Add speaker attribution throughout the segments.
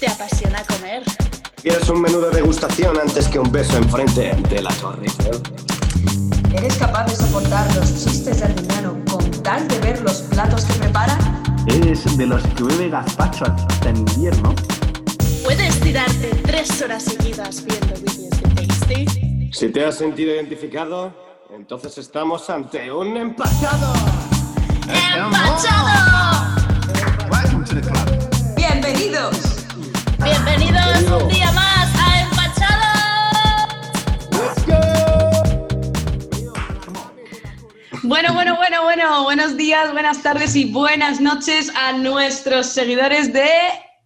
Speaker 1: ¿Te apasiona comer?
Speaker 2: Quieres un menú de degustación antes que un beso enfrente de la torre.
Speaker 3: ¿Eres capaz de soportar los chistes de Arguiñano con tal de ver los platos que prepara?
Speaker 4: Es de los que bebe gazpacho hasta en invierno.
Speaker 1: ¿Puedes tirarte tres horas seguidas viendo vídeos de Tasty?
Speaker 2: Si te has sentido identificado, entonces estamos ante un empachado.
Speaker 1: ¡Empachado!
Speaker 5: Welcome to the club.
Speaker 3: ¡Bienvenidos!
Speaker 1: Bienvenidos un día más a Empachado.
Speaker 6: Bueno, bueno, bueno, bueno, buenos días, buenas tardes y buenas noches a nuestros seguidores de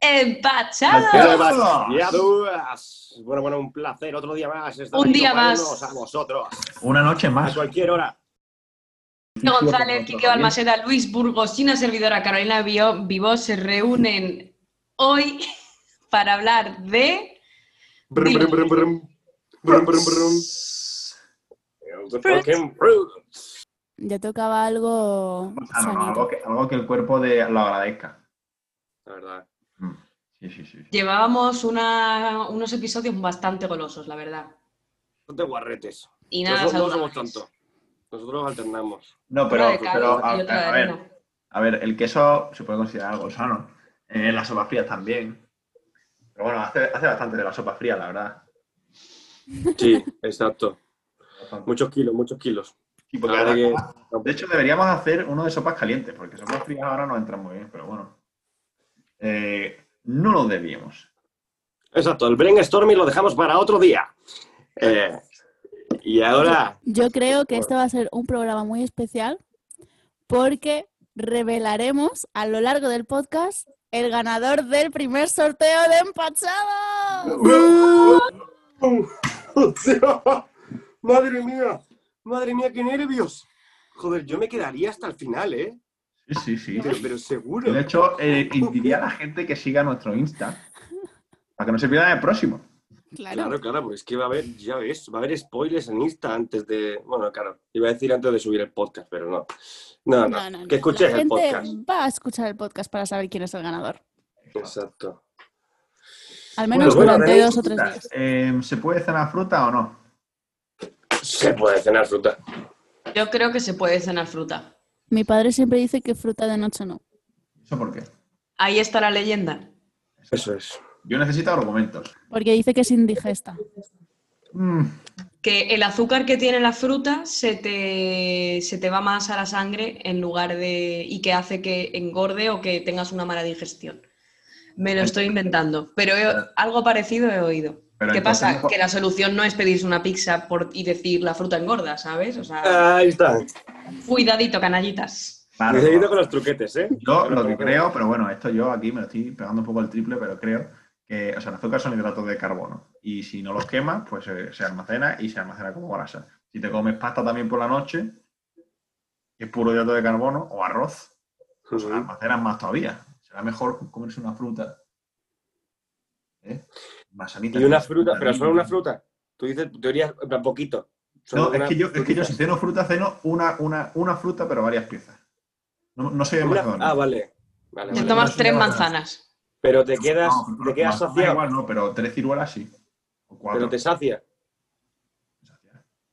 Speaker 6: Empachados.
Speaker 2: Empachadúas. Bueno, bueno, un placer. Otro día más. estar
Speaker 6: Un
Speaker 2: aquí
Speaker 6: día más.
Speaker 2: acompañándonos A vosotros.
Speaker 4: Una noche
Speaker 2: A
Speaker 4: más.
Speaker 2: cualquier hora.
Speaker 6: González, Quique Balmaseda, Luis Burgos y una servidora Carolina Bio- Vivo se reúnen hoy para hablar de...
Speaker 2: Brum, brum, brum, brum. Brum, brum, brum. The fucking brute.
Speaker 7: Ya tocaba algo
Speaker 5: Ah, no, no,
Speaker 7: sanito.
Speaker 5: algo, que, algo que el cuerpo de, lo agradezca.
Speaker 2: La verdad.
Speaker 5: Mm. Sí, sí, sí.
Speaker 6: Llevábamos una- unos episodios bastante golosos, la verdad.
Speaker 2: No te guarretes.
Speaker 6: Y nada,
Speaker 2: Nosotros no somos
Speaker 6: saludables.
Speaker 2: tanto. Nosotros alternamos.
Speaker 5: No,
Speaker 6: Una
Speaker 5: pero,
Speaker 6: de cal
Speaker 5: pero, a,
Speaker 6: y otra de
Speaker 5: a ver,
Speaker 6: arena.
Speaker 5: a ver, el queso se puede considerar algo sano. Eh, las sopas frías también. Pero bueno, hace, hace bastante de la sopa fría, la verdad.
Speaker 2: Sí, exacto.
Speaker 5: Bastante.
Speaker 2: Muchos kilos, muchos kilos.
Speaker 5: Sí, porque
Speaker 2: Ahora
Speaker 5: ahora-
Speaker 2: que-
Speaker 5: De hecho, deberíamos hacer uno de sopas calientes, porque sopas frías ahora no entran muy bien, pero bueno. Eh, no lo debíamos.
Speaker 2: Exacto, el brainstorming lo dejamos para otro día. Eh, y ahora,
Speaker 7: Yo creo que este va a ser un programa muy especial porque revelaremos a lo largo del podcast el ganador del primer sorteo de empachado.
Speaker 2: madre mía, madre mía, qué nervios. Joder, yo me quedaría hasta el final, ¿eh?
Speaker 5: Sí, sí, sí.
Speaker 2: Pero, pero seguro.
Speaker 5: De hecho, eh, diría a la gente que siga nuestro Insta para que no se pierdan el próximo.
Speaker 7: Claro.
Speaker 2: Claro, claro, porque es que va a haber, ya ves, va a haber spoilers en Insta antes de. Bueno, claro, iba a decir antes de subir el podcast, pero no. No, no,
Speaker 7: No, no, no.
Speaker 2: que escuches
Speaker 7: La
Speaker 2: el
Speaker 7: gente
Speaker 2: podcast.
Speaker 7: va a escuchar el podcast para saber quién es el ganador.
Speaker 2: Exacto.
Speaker 7: Al menos
Speaker 2: bueno,
Speaker 7: durante
Speaker 2: tenéis
Speaker 7: dos o tres
Speaker 5: Frutas.
Speaker 7: días.
Speaker 5: Eh, ¿Se puede cenar fruta o no?
Speaker 2: Se puede cenar fruta.
Speaker 6: Yo creo que se puede cenar fruta.
Speaker 7: Mi padre siempre dice que fruta de noche no.
Speaker 5: ¿Eso por qué?
Speaker 6: Ahí está la leyenda.
Speaker 2: Eso es.
Speaker 5: Yo necesito argumentos.
Speaker 7: Porque dice que es indigesta.
Speaker 5: Mm,
Speaker 6: que el azúcar que tiene la fruta se te, se te va más a la sangre en lugar de y que hace que engorde o que tengas una mala digestión. Me lo estoy inventando, pero he- algo parecido he oído.
Speaker 5: Pero
Speaker 6: ¿Qué
Speaker 5: entonces
Speaker 6: pasa?
Speaker 5: mejor-
Speaker 6: Que la solución no es pedirse una pizza por, y decir la fruta engorda, ¿sabes? O sea,
Speaker 2: Ahí está.
Speaker 6: cuidadito, canallitas.
Speaker 5: claro.
Speaker 2: Cuidadito con los truquetes, ¿eh?
Speaker 5: Ah, Yo lo que creo, pero bueno, esto yo aquí me lo estoy pegando un poco el triple, pero creo que, o sea, el azúcar son hidratos de carbono. Y si no los quemas, pues eh, se almacena y se almacena como grasa. Si te comes pasta también por la noche, que es puro hidrato de carbono, o arroz, pues se
Speaker 2: Ujú.
Speaker 5: almacenas más todavía. Será mejor comerse una fruta. ¿eh? Más sanita.
Speaker 2: Y una
Speaker 5: más
Speaker 2: fruta, pero solo una
Speaker 5: saludable.
Speaker 2: fruta. Tú dices teoría, en plan, poquito. Solo
Speaker 5: Mm. No, es
Speaker 2: una
Speaker 5: que, yo, es que yo
Speaker 2: frutita.
Speaker 5: si ceno fruta, ceno una, una, una fruta, pero varias piezas. No, no soy
Speaker 2: Una-
Speaker 5: demasiado.
Speaker 2: Ah, vale. Vale, vale.
Speaker 6: Te
Speaker 5: toma-
Speaker 6: tomas
Speaker 5: sí,
Speaker 6: tres
Speaker 5: ya va.
Speaker 6: manzanas.
Speaker 2: Pero te quedas,
Speaker 5: No, pero
Speaker 2: te quedas
Speaker 5: manzana
Speaker 2: saciado.
Speaker 5: Igual no, pero tres ciruelas sí. O cuatro.
Speaker 2: Pero te sacia.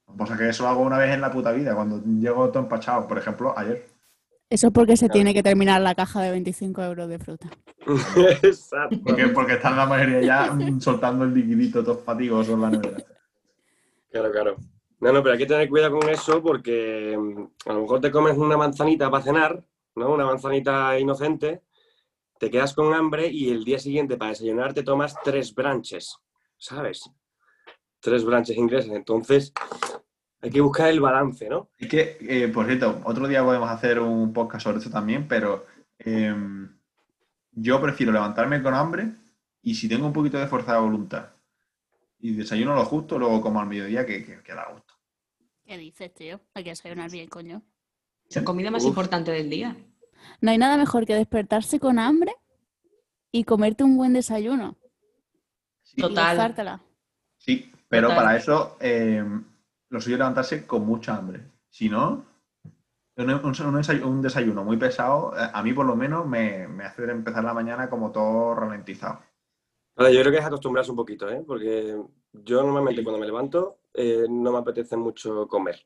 Speaker 5: Lo que pasa es que eso lo hago una vez en la puta vida, cuando llego todo empachado, por ejemplo, ayer.
Speaker 7: Eso porque se
Speaker 2: Claro.
Speaker 7: tiene que terminar la caja de 25 euros de fruta.
Speaker 2: Exacto.
Speaker 5: Porque, porque están la mayoría ya mm, soltando el liquidito, todos fatigos en la nevera.
Speaker 2: Claro, claro. No, no, pero hay que tener cuidado con eso porque mm, a lo mejor te comes una manzanita para cenar, ¿no? Una manzanita inocente, te quedas con hambre y el día siguiente para desayunar te tomas tres branches, ¿sabes? Tres branches ingleses. Entonces, hay que buscar el balance, ¿no?
Speaker 5: Es que, eh, por cierto, otro día podemos hacer un podcast sobre esto también, pero eh, yo prefiero levantarme con hambre y si tengo un poquito de fuerza de voluntad y desayuno lo justo, luego como al mediodía, que, que, que da gusto.
Speaker 7: ¿Qué dices, tío? Hay que desayunar bien, coño.
Speaker 6: Es la comida más
Speaker 2: Uf.
Speaker 6: importante del día.
Speaker 7: No hay nada mejor que despertarse con hambre y comerte un buen desayuno.
Speaker 5: Sí.
Speaker 7: Y
Speaker 6: Total.
Speaker 7: gozártela.
Speaker 5: Sí, pero
Speaker 6: Total.
Speaker 5: para eso eh, lo suyo es levantarse con mucha hambre. Si no, un, un- un desay- un desayuno muy pesado, eh, a mí por lo menos me, me hace empezar la mañana como todo ralentizado.
Speaker 2: Ahora, yo creo que es acostumbrarse un poquito, ¿eh? Porque yo normalmente cuando me levanto eh, no me apetece mucho comer.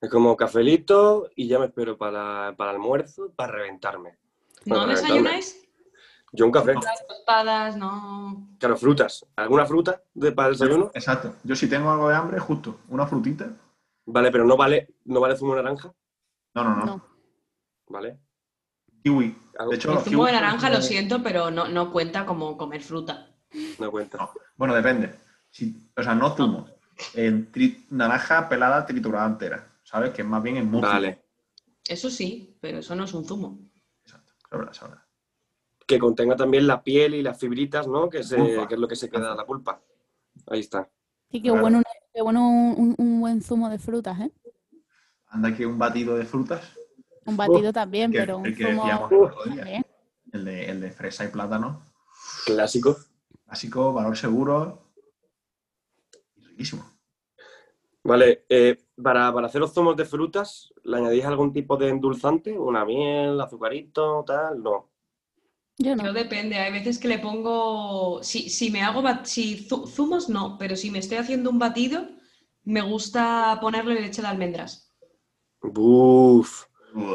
Speaker 2: Es como cafelito y ya me espero para, para almuerzo, para reventarme. Bueno, para
Speaker 6: ¿No
Speaker 2: reventarme.
Speaker 6: desayunáis?
Speaker 2: Yo un café,
Speaker 6: Las tostadas, no.
Speaker 2: claro, frutas. ¿Alguna fruta de, para el desayuno?
Speaker 5: Exacto. Yo si tengo algo de hambre, justo, una frutita.
Speaker 2: Vale, pero no vale, no vale zumo de naranja,
Speaker 5: No, no, no.
Speaker 7: No.
Speaker 2: ¿vale?
Speaker 5: Kiwi.
Speaker 2: Algo-
Speaker 5: De hecho,
Speaker 6: El zumo de
Speaker 5: kiwi-
Speaker 6: naranja lo siento, pero no, no cuenta como comer fruta.
Speaker 2: No cuenta.
Speaker 5: No. Bueno, depende. Si- o sea, no zumo. En tri- naranja pelada triturada entera. ¿Sabes? Que más bien es muy
Speaker 2: Vale.
Speaker 6: Eso sí, pero eso no es un zumo.
Speaker 5: Exacto. Es verdad, es verdad.
Speaker 2: Que contenga también la piel y las fibritas, ¿no? Que, se-
Speaker 5: Pulpa.
Speaker 2: que es lo que se queda la pulpa. Ahí está.
Speaker 7: Sí, qué
Speaker 5: Claro.
Speaker 7: bueno, una- qué bueno un, un- un buen zumo de frutas, ¿eh?
Speaker 5: Anda que un batido de frutas.
Speaker 7: Un batido también,
Speaker 5: que-
Speaker 7: pero un
Speaker 5: el que
Speaker 7: zumo
Speaker 5: decíamos el otro día.
Speaker 7: también.
Speaker 5: El de, el de fresa y plátano.
Speaker 2: Clásico.
Speaker 5: Básico, valor seguro. Y riquísimo.
Speaker 2: Vale, eh, para, para hacer los zumos de frutas, ¿le añadís algún tipo de endulzante? ¿Una miel, azucarito, tal? No.
Speaker 7: Yo no.
Speaker 6: Yo depende, hay veces que le pongo, si, si me hago, bat- si zu- zumos no, pero si me estoy haciendo un batido, me gusta ponerle leche de almendras,
Speaker 2: Buf.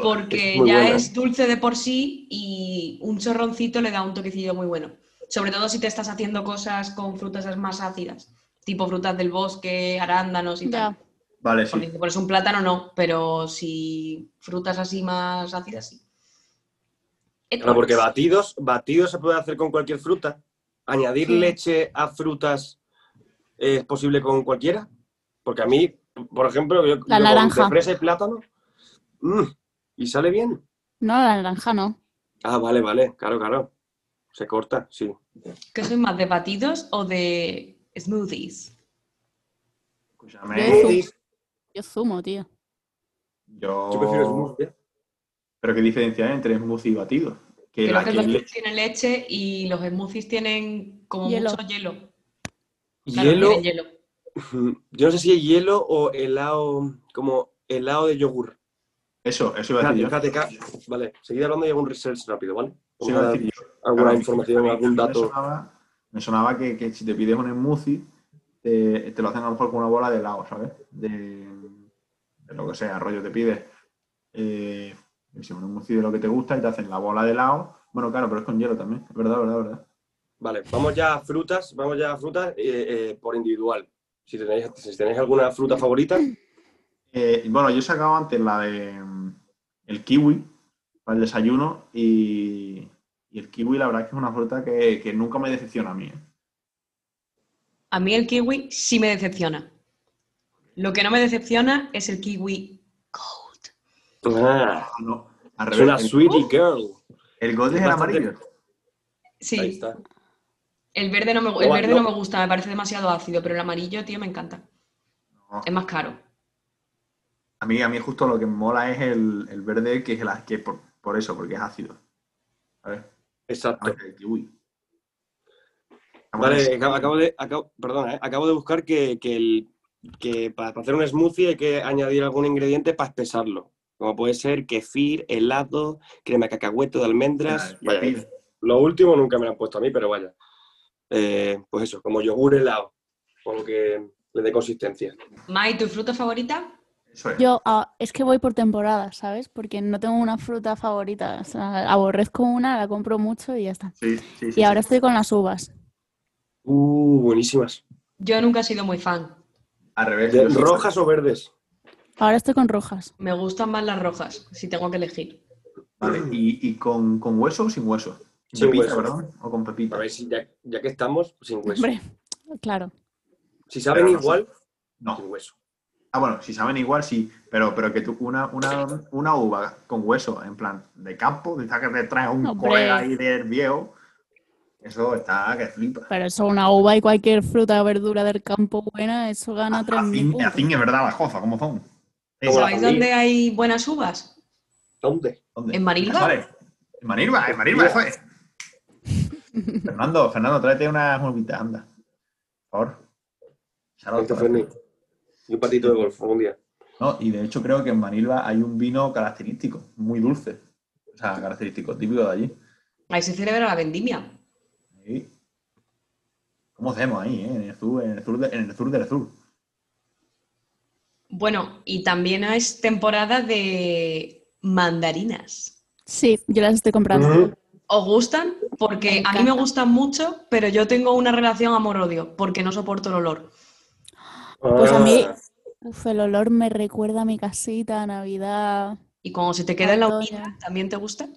Speaker 6: porque
Speaker 2: Es muy
Speaker 6: ya
Speaker 2: buena.
Speaker 6: es dulce de por sí y un chorroncito le da un toquecillo muy bueno, sobre todo si te estás haciendo cosas con frutas más ácidas, tipo frutas del bosque, arándanos y
Speaker 7: Ya.
Speaker 6: tal.
Speaker 5: Vale,
Speaker 6: Porque
Speaker 5: sí.
Speaker 6: si pones un plátano no, pero si frutas así más ácidas sí.
Speaker 2: Claro, porque batidos, batidos se puede hacer con cualquier fruta. ¿Añadir
Speaker 6: Sí.
Speaker 2: leche a frutas es posible con cualquiera? Porque a mí, por ejemplo, yo, yo
Speaker 7: La
Speaker 2: con
Speaker 7: naranja.
Speaker 2: de fresa y plátano, mm, y sale bien.
Speaker 7: No, la naranja no.
Speaker 2: Ah, vale, vale, claro, claro. Se corta, sí.
Speaker 6: ¿Qué soy más de batidos o de smoothies?
Speaker 5: Escúchame.
Speaker 7: Yo- Yo zumo, tío.
Speaker 5: Yo.
Speaker 2: Yo prefiero smoothie.
Speaker 5: Pero qué diferencia hay entre smoothie y batido. Que
Speaker 6: Creo
Speaker 5: la
Speaker 6: que
Speaker 5: que
Speaker 6: los
Speaker 5: le-
Speaker 6: smoothies tienen leche y los smoothies tienen como
Speaker 7: Hielo.
Speaker 6: mucho hielo. Claro,
Speaker 2: Hielo, mm,
Speaker 6: tienen hielo.
Speaker 2: yo no sé si es hielo o helado, como helado de yogur.
Speaker 5: Eso, eso iba a
Speaker 2: Espérate,
Speaker 5: decir yo.
Speaker 2: espérate, ca- Vale, seguid hablando y hago un research rápido, ¿vale?
Speaker 5: Eso
Speaker 2: Vamos
Speaker 5: iba
Speaker 2: a
Speaker 5: a
Speaker 2: dar
Speaker 5: decir yo.
Speaker 2: alguna
Speaker 5: Claro,
Speaker 2: información,
Speaker 5: a mí- a
Speaker 2: algún
Speaker 5: mí Me
Speaker 2: dato.
Speaker 5: sonaba, me sonaba que, que si te pides un smoothie, te, te lo hacen a lo mejor con una bola de helado, ¿sabes? De, de lo que sea, rollo, te pides eh, yo qué sé, un smoothie de lo que te gusta y te hacen la bola de helado. Bueno, claro, pero es con hielo también, es verdad, verdad, verdad.
Speaker 2: Vale, vamos ya a frutas, vamos ya a frutas eh, eh, por individual. Si tenéis, si tenéis alguna fruta favorita,
Speaker 5: Eh, bueno, yo he sacado antes la de mm, el kiwi para el desayuno y, y el kiwi la verdad es que es una fruta que, que nunca me decepciona a mí. ¿eh?
Speaker 6: A mí el kiwi sí me decepciona. Lo que no me decepciona es el kiwi cold.
Speaker 2: ah,
Speaker 5: Ah, no, al
Speaker 2: es
Speaker 5: revés.
Speaker 2: una
Speaker 5: el-
Speaker 2: sweetie girl.
Speaker 5: El Gold es el
Speaker 2: Bastante-
Speaker 5: amarillo.
Speaker 2: Ahí
Speaker 6: Sí,
Speaker 2: está.
Speaker 6: el verde, no me, gu-
Speaker 2: No,
Speaker 6: el verde
Speaker 2: no.
Speaker 6: no me gusta, me parece demasiado ácido, pero el amarillo, tío, me encanta.
Speaker 5: No.
Speaker 6: Es más caro.
Speaker 5: A mí, a mí justo lo que me mola es el, el verde, que es el que por, por eso, porque es ácido. A ver, a
Speaker 2: Exacto.
Speaker 5: ver, el kiwi.
Speaker 2: Vale, acabo- acabo de, acabo, perdona, eh, acabo de buscar que, que el, que para hacer un smoothie hay que añadir algún ingrediente para espesarlo. Como puede ser kefir, helado, crema de cacahueto, de almendras.
Speaker 5: Vale,
Speaker 2: Vaya,
Speaker 5: vale.
Speaker 2: Lo último nunca me lo han puesto a mí, pero vaya. Eh, pues eso, como yogur helado, con lo que le dé consistencia.
Speaker 6: Mai, ¿tu fruta favorita?
Speaker 5: Eso es.
Speaker 7: Yo ah, es que voy por temporada, ¿sabes? Porque no tengo una fruta favorita. O sea, aborrezco una, la compro mucho y ya está.
Speaker 5: Sí, sí, sí,
Speaker 7: Y
Speaker 5: sí.
Speaker 7: ahora estoy con las uvas.
Speaker 2: Uh, buenísimas.
Speaker 6: Yo nunca he sido muy fan.
Speaker 5: Al revés.
Speaker 2: De-
Speaker 5: yo soy-
Speaker 2: ¿Rojas o verdes?
Speaker 7: Ahora estoy con rojas.
Speaker 6: Me gustan más las rojas, si tengo que elegir.
Speaker 5: Vale, ¿Y, y con, con hueso o sin hueso?
Speaker 2: Sin
Speaker 5: pepita,
Speaker 2: hueso.
Speaker 5: perdón. O con pepita.
Speaker 2: A ver si ya, ya que estamos, pues sin hueso.
Speaker 7: Hombre, claro.
Speaker 2: Si saben
Speaker 5: Pero no sé.
Speaker 2: igual, sin
Speaker 5: No.
Speaker 2: hueso.
Speaker 5: Ah, bueno, si saben igual, sí. Pero, pero que tú, una, una, una uva con hueso, en plan, de campo, de esta que te trae un
Speaker 7: Hombre.
Speaker 5: colega ahí del viejo, eso está que flipa.
Speaker 7: Pero eso, una uva y cualquier fruta o verdura del campo buena, eso
Speaker 5: Ah,
Speaker 7: gana tres mil
Speaker 5: Así así
Speaker 7: puntos.
Speaker 5: es verdad las cosas, ¿cómo son? Sí,
Speaker 2: Hola.
Speaker 6: ¿Sabéis
Speaker 2: familia.
Speaker 6: dónde hay buenas uvas?
Speaker 2: ¿Dónde?
Speaker 5: ¿Dónde?
Speaker 6: ¿En Manilva?
Speaker 5: Vale. En Manilva, en Manilva, eso es. Fernando, Fernando, tráete unas morbitas, anda. Por favor. Shout out
Speaker 2: Este
Speaker 5: para
Speaker 2: Ferni.
Speaker 5: ti.
Speaker 2: Y un patito de golf algún día.
Speaker 5: No, y de hecho creo que en Manilva hay un vino característico, muy dulce. O sea, característico, típico de allí.
Speaker 6: Ahí se celebra la vendimia.
Speaker 5: Sí. ¿Cómo hacemos ahí, eh? En el sur, en el sur, de- en el sur del sur.
Speaker 6: Bueno, y también es temporada de mandarinas.
Speaker 7: Sí, yo las estoy comprando.
Speaker 2: Ujú.
Speaker 6: ¿Os gustan? Porque a mí me gustan mucho, pero yo tengo una relación amor-odio, porque no soporto el olor.
Speaker 7: Pues a mí,
Speaker 2: Ah,
Speaker 7: uf, el olor me recuerda a mi casita, a Navidad.
Speaker 6: Y cuando se te queda en la
Speaker 7: Otoño.
Speaker 6: uñita, ¿también te gusta?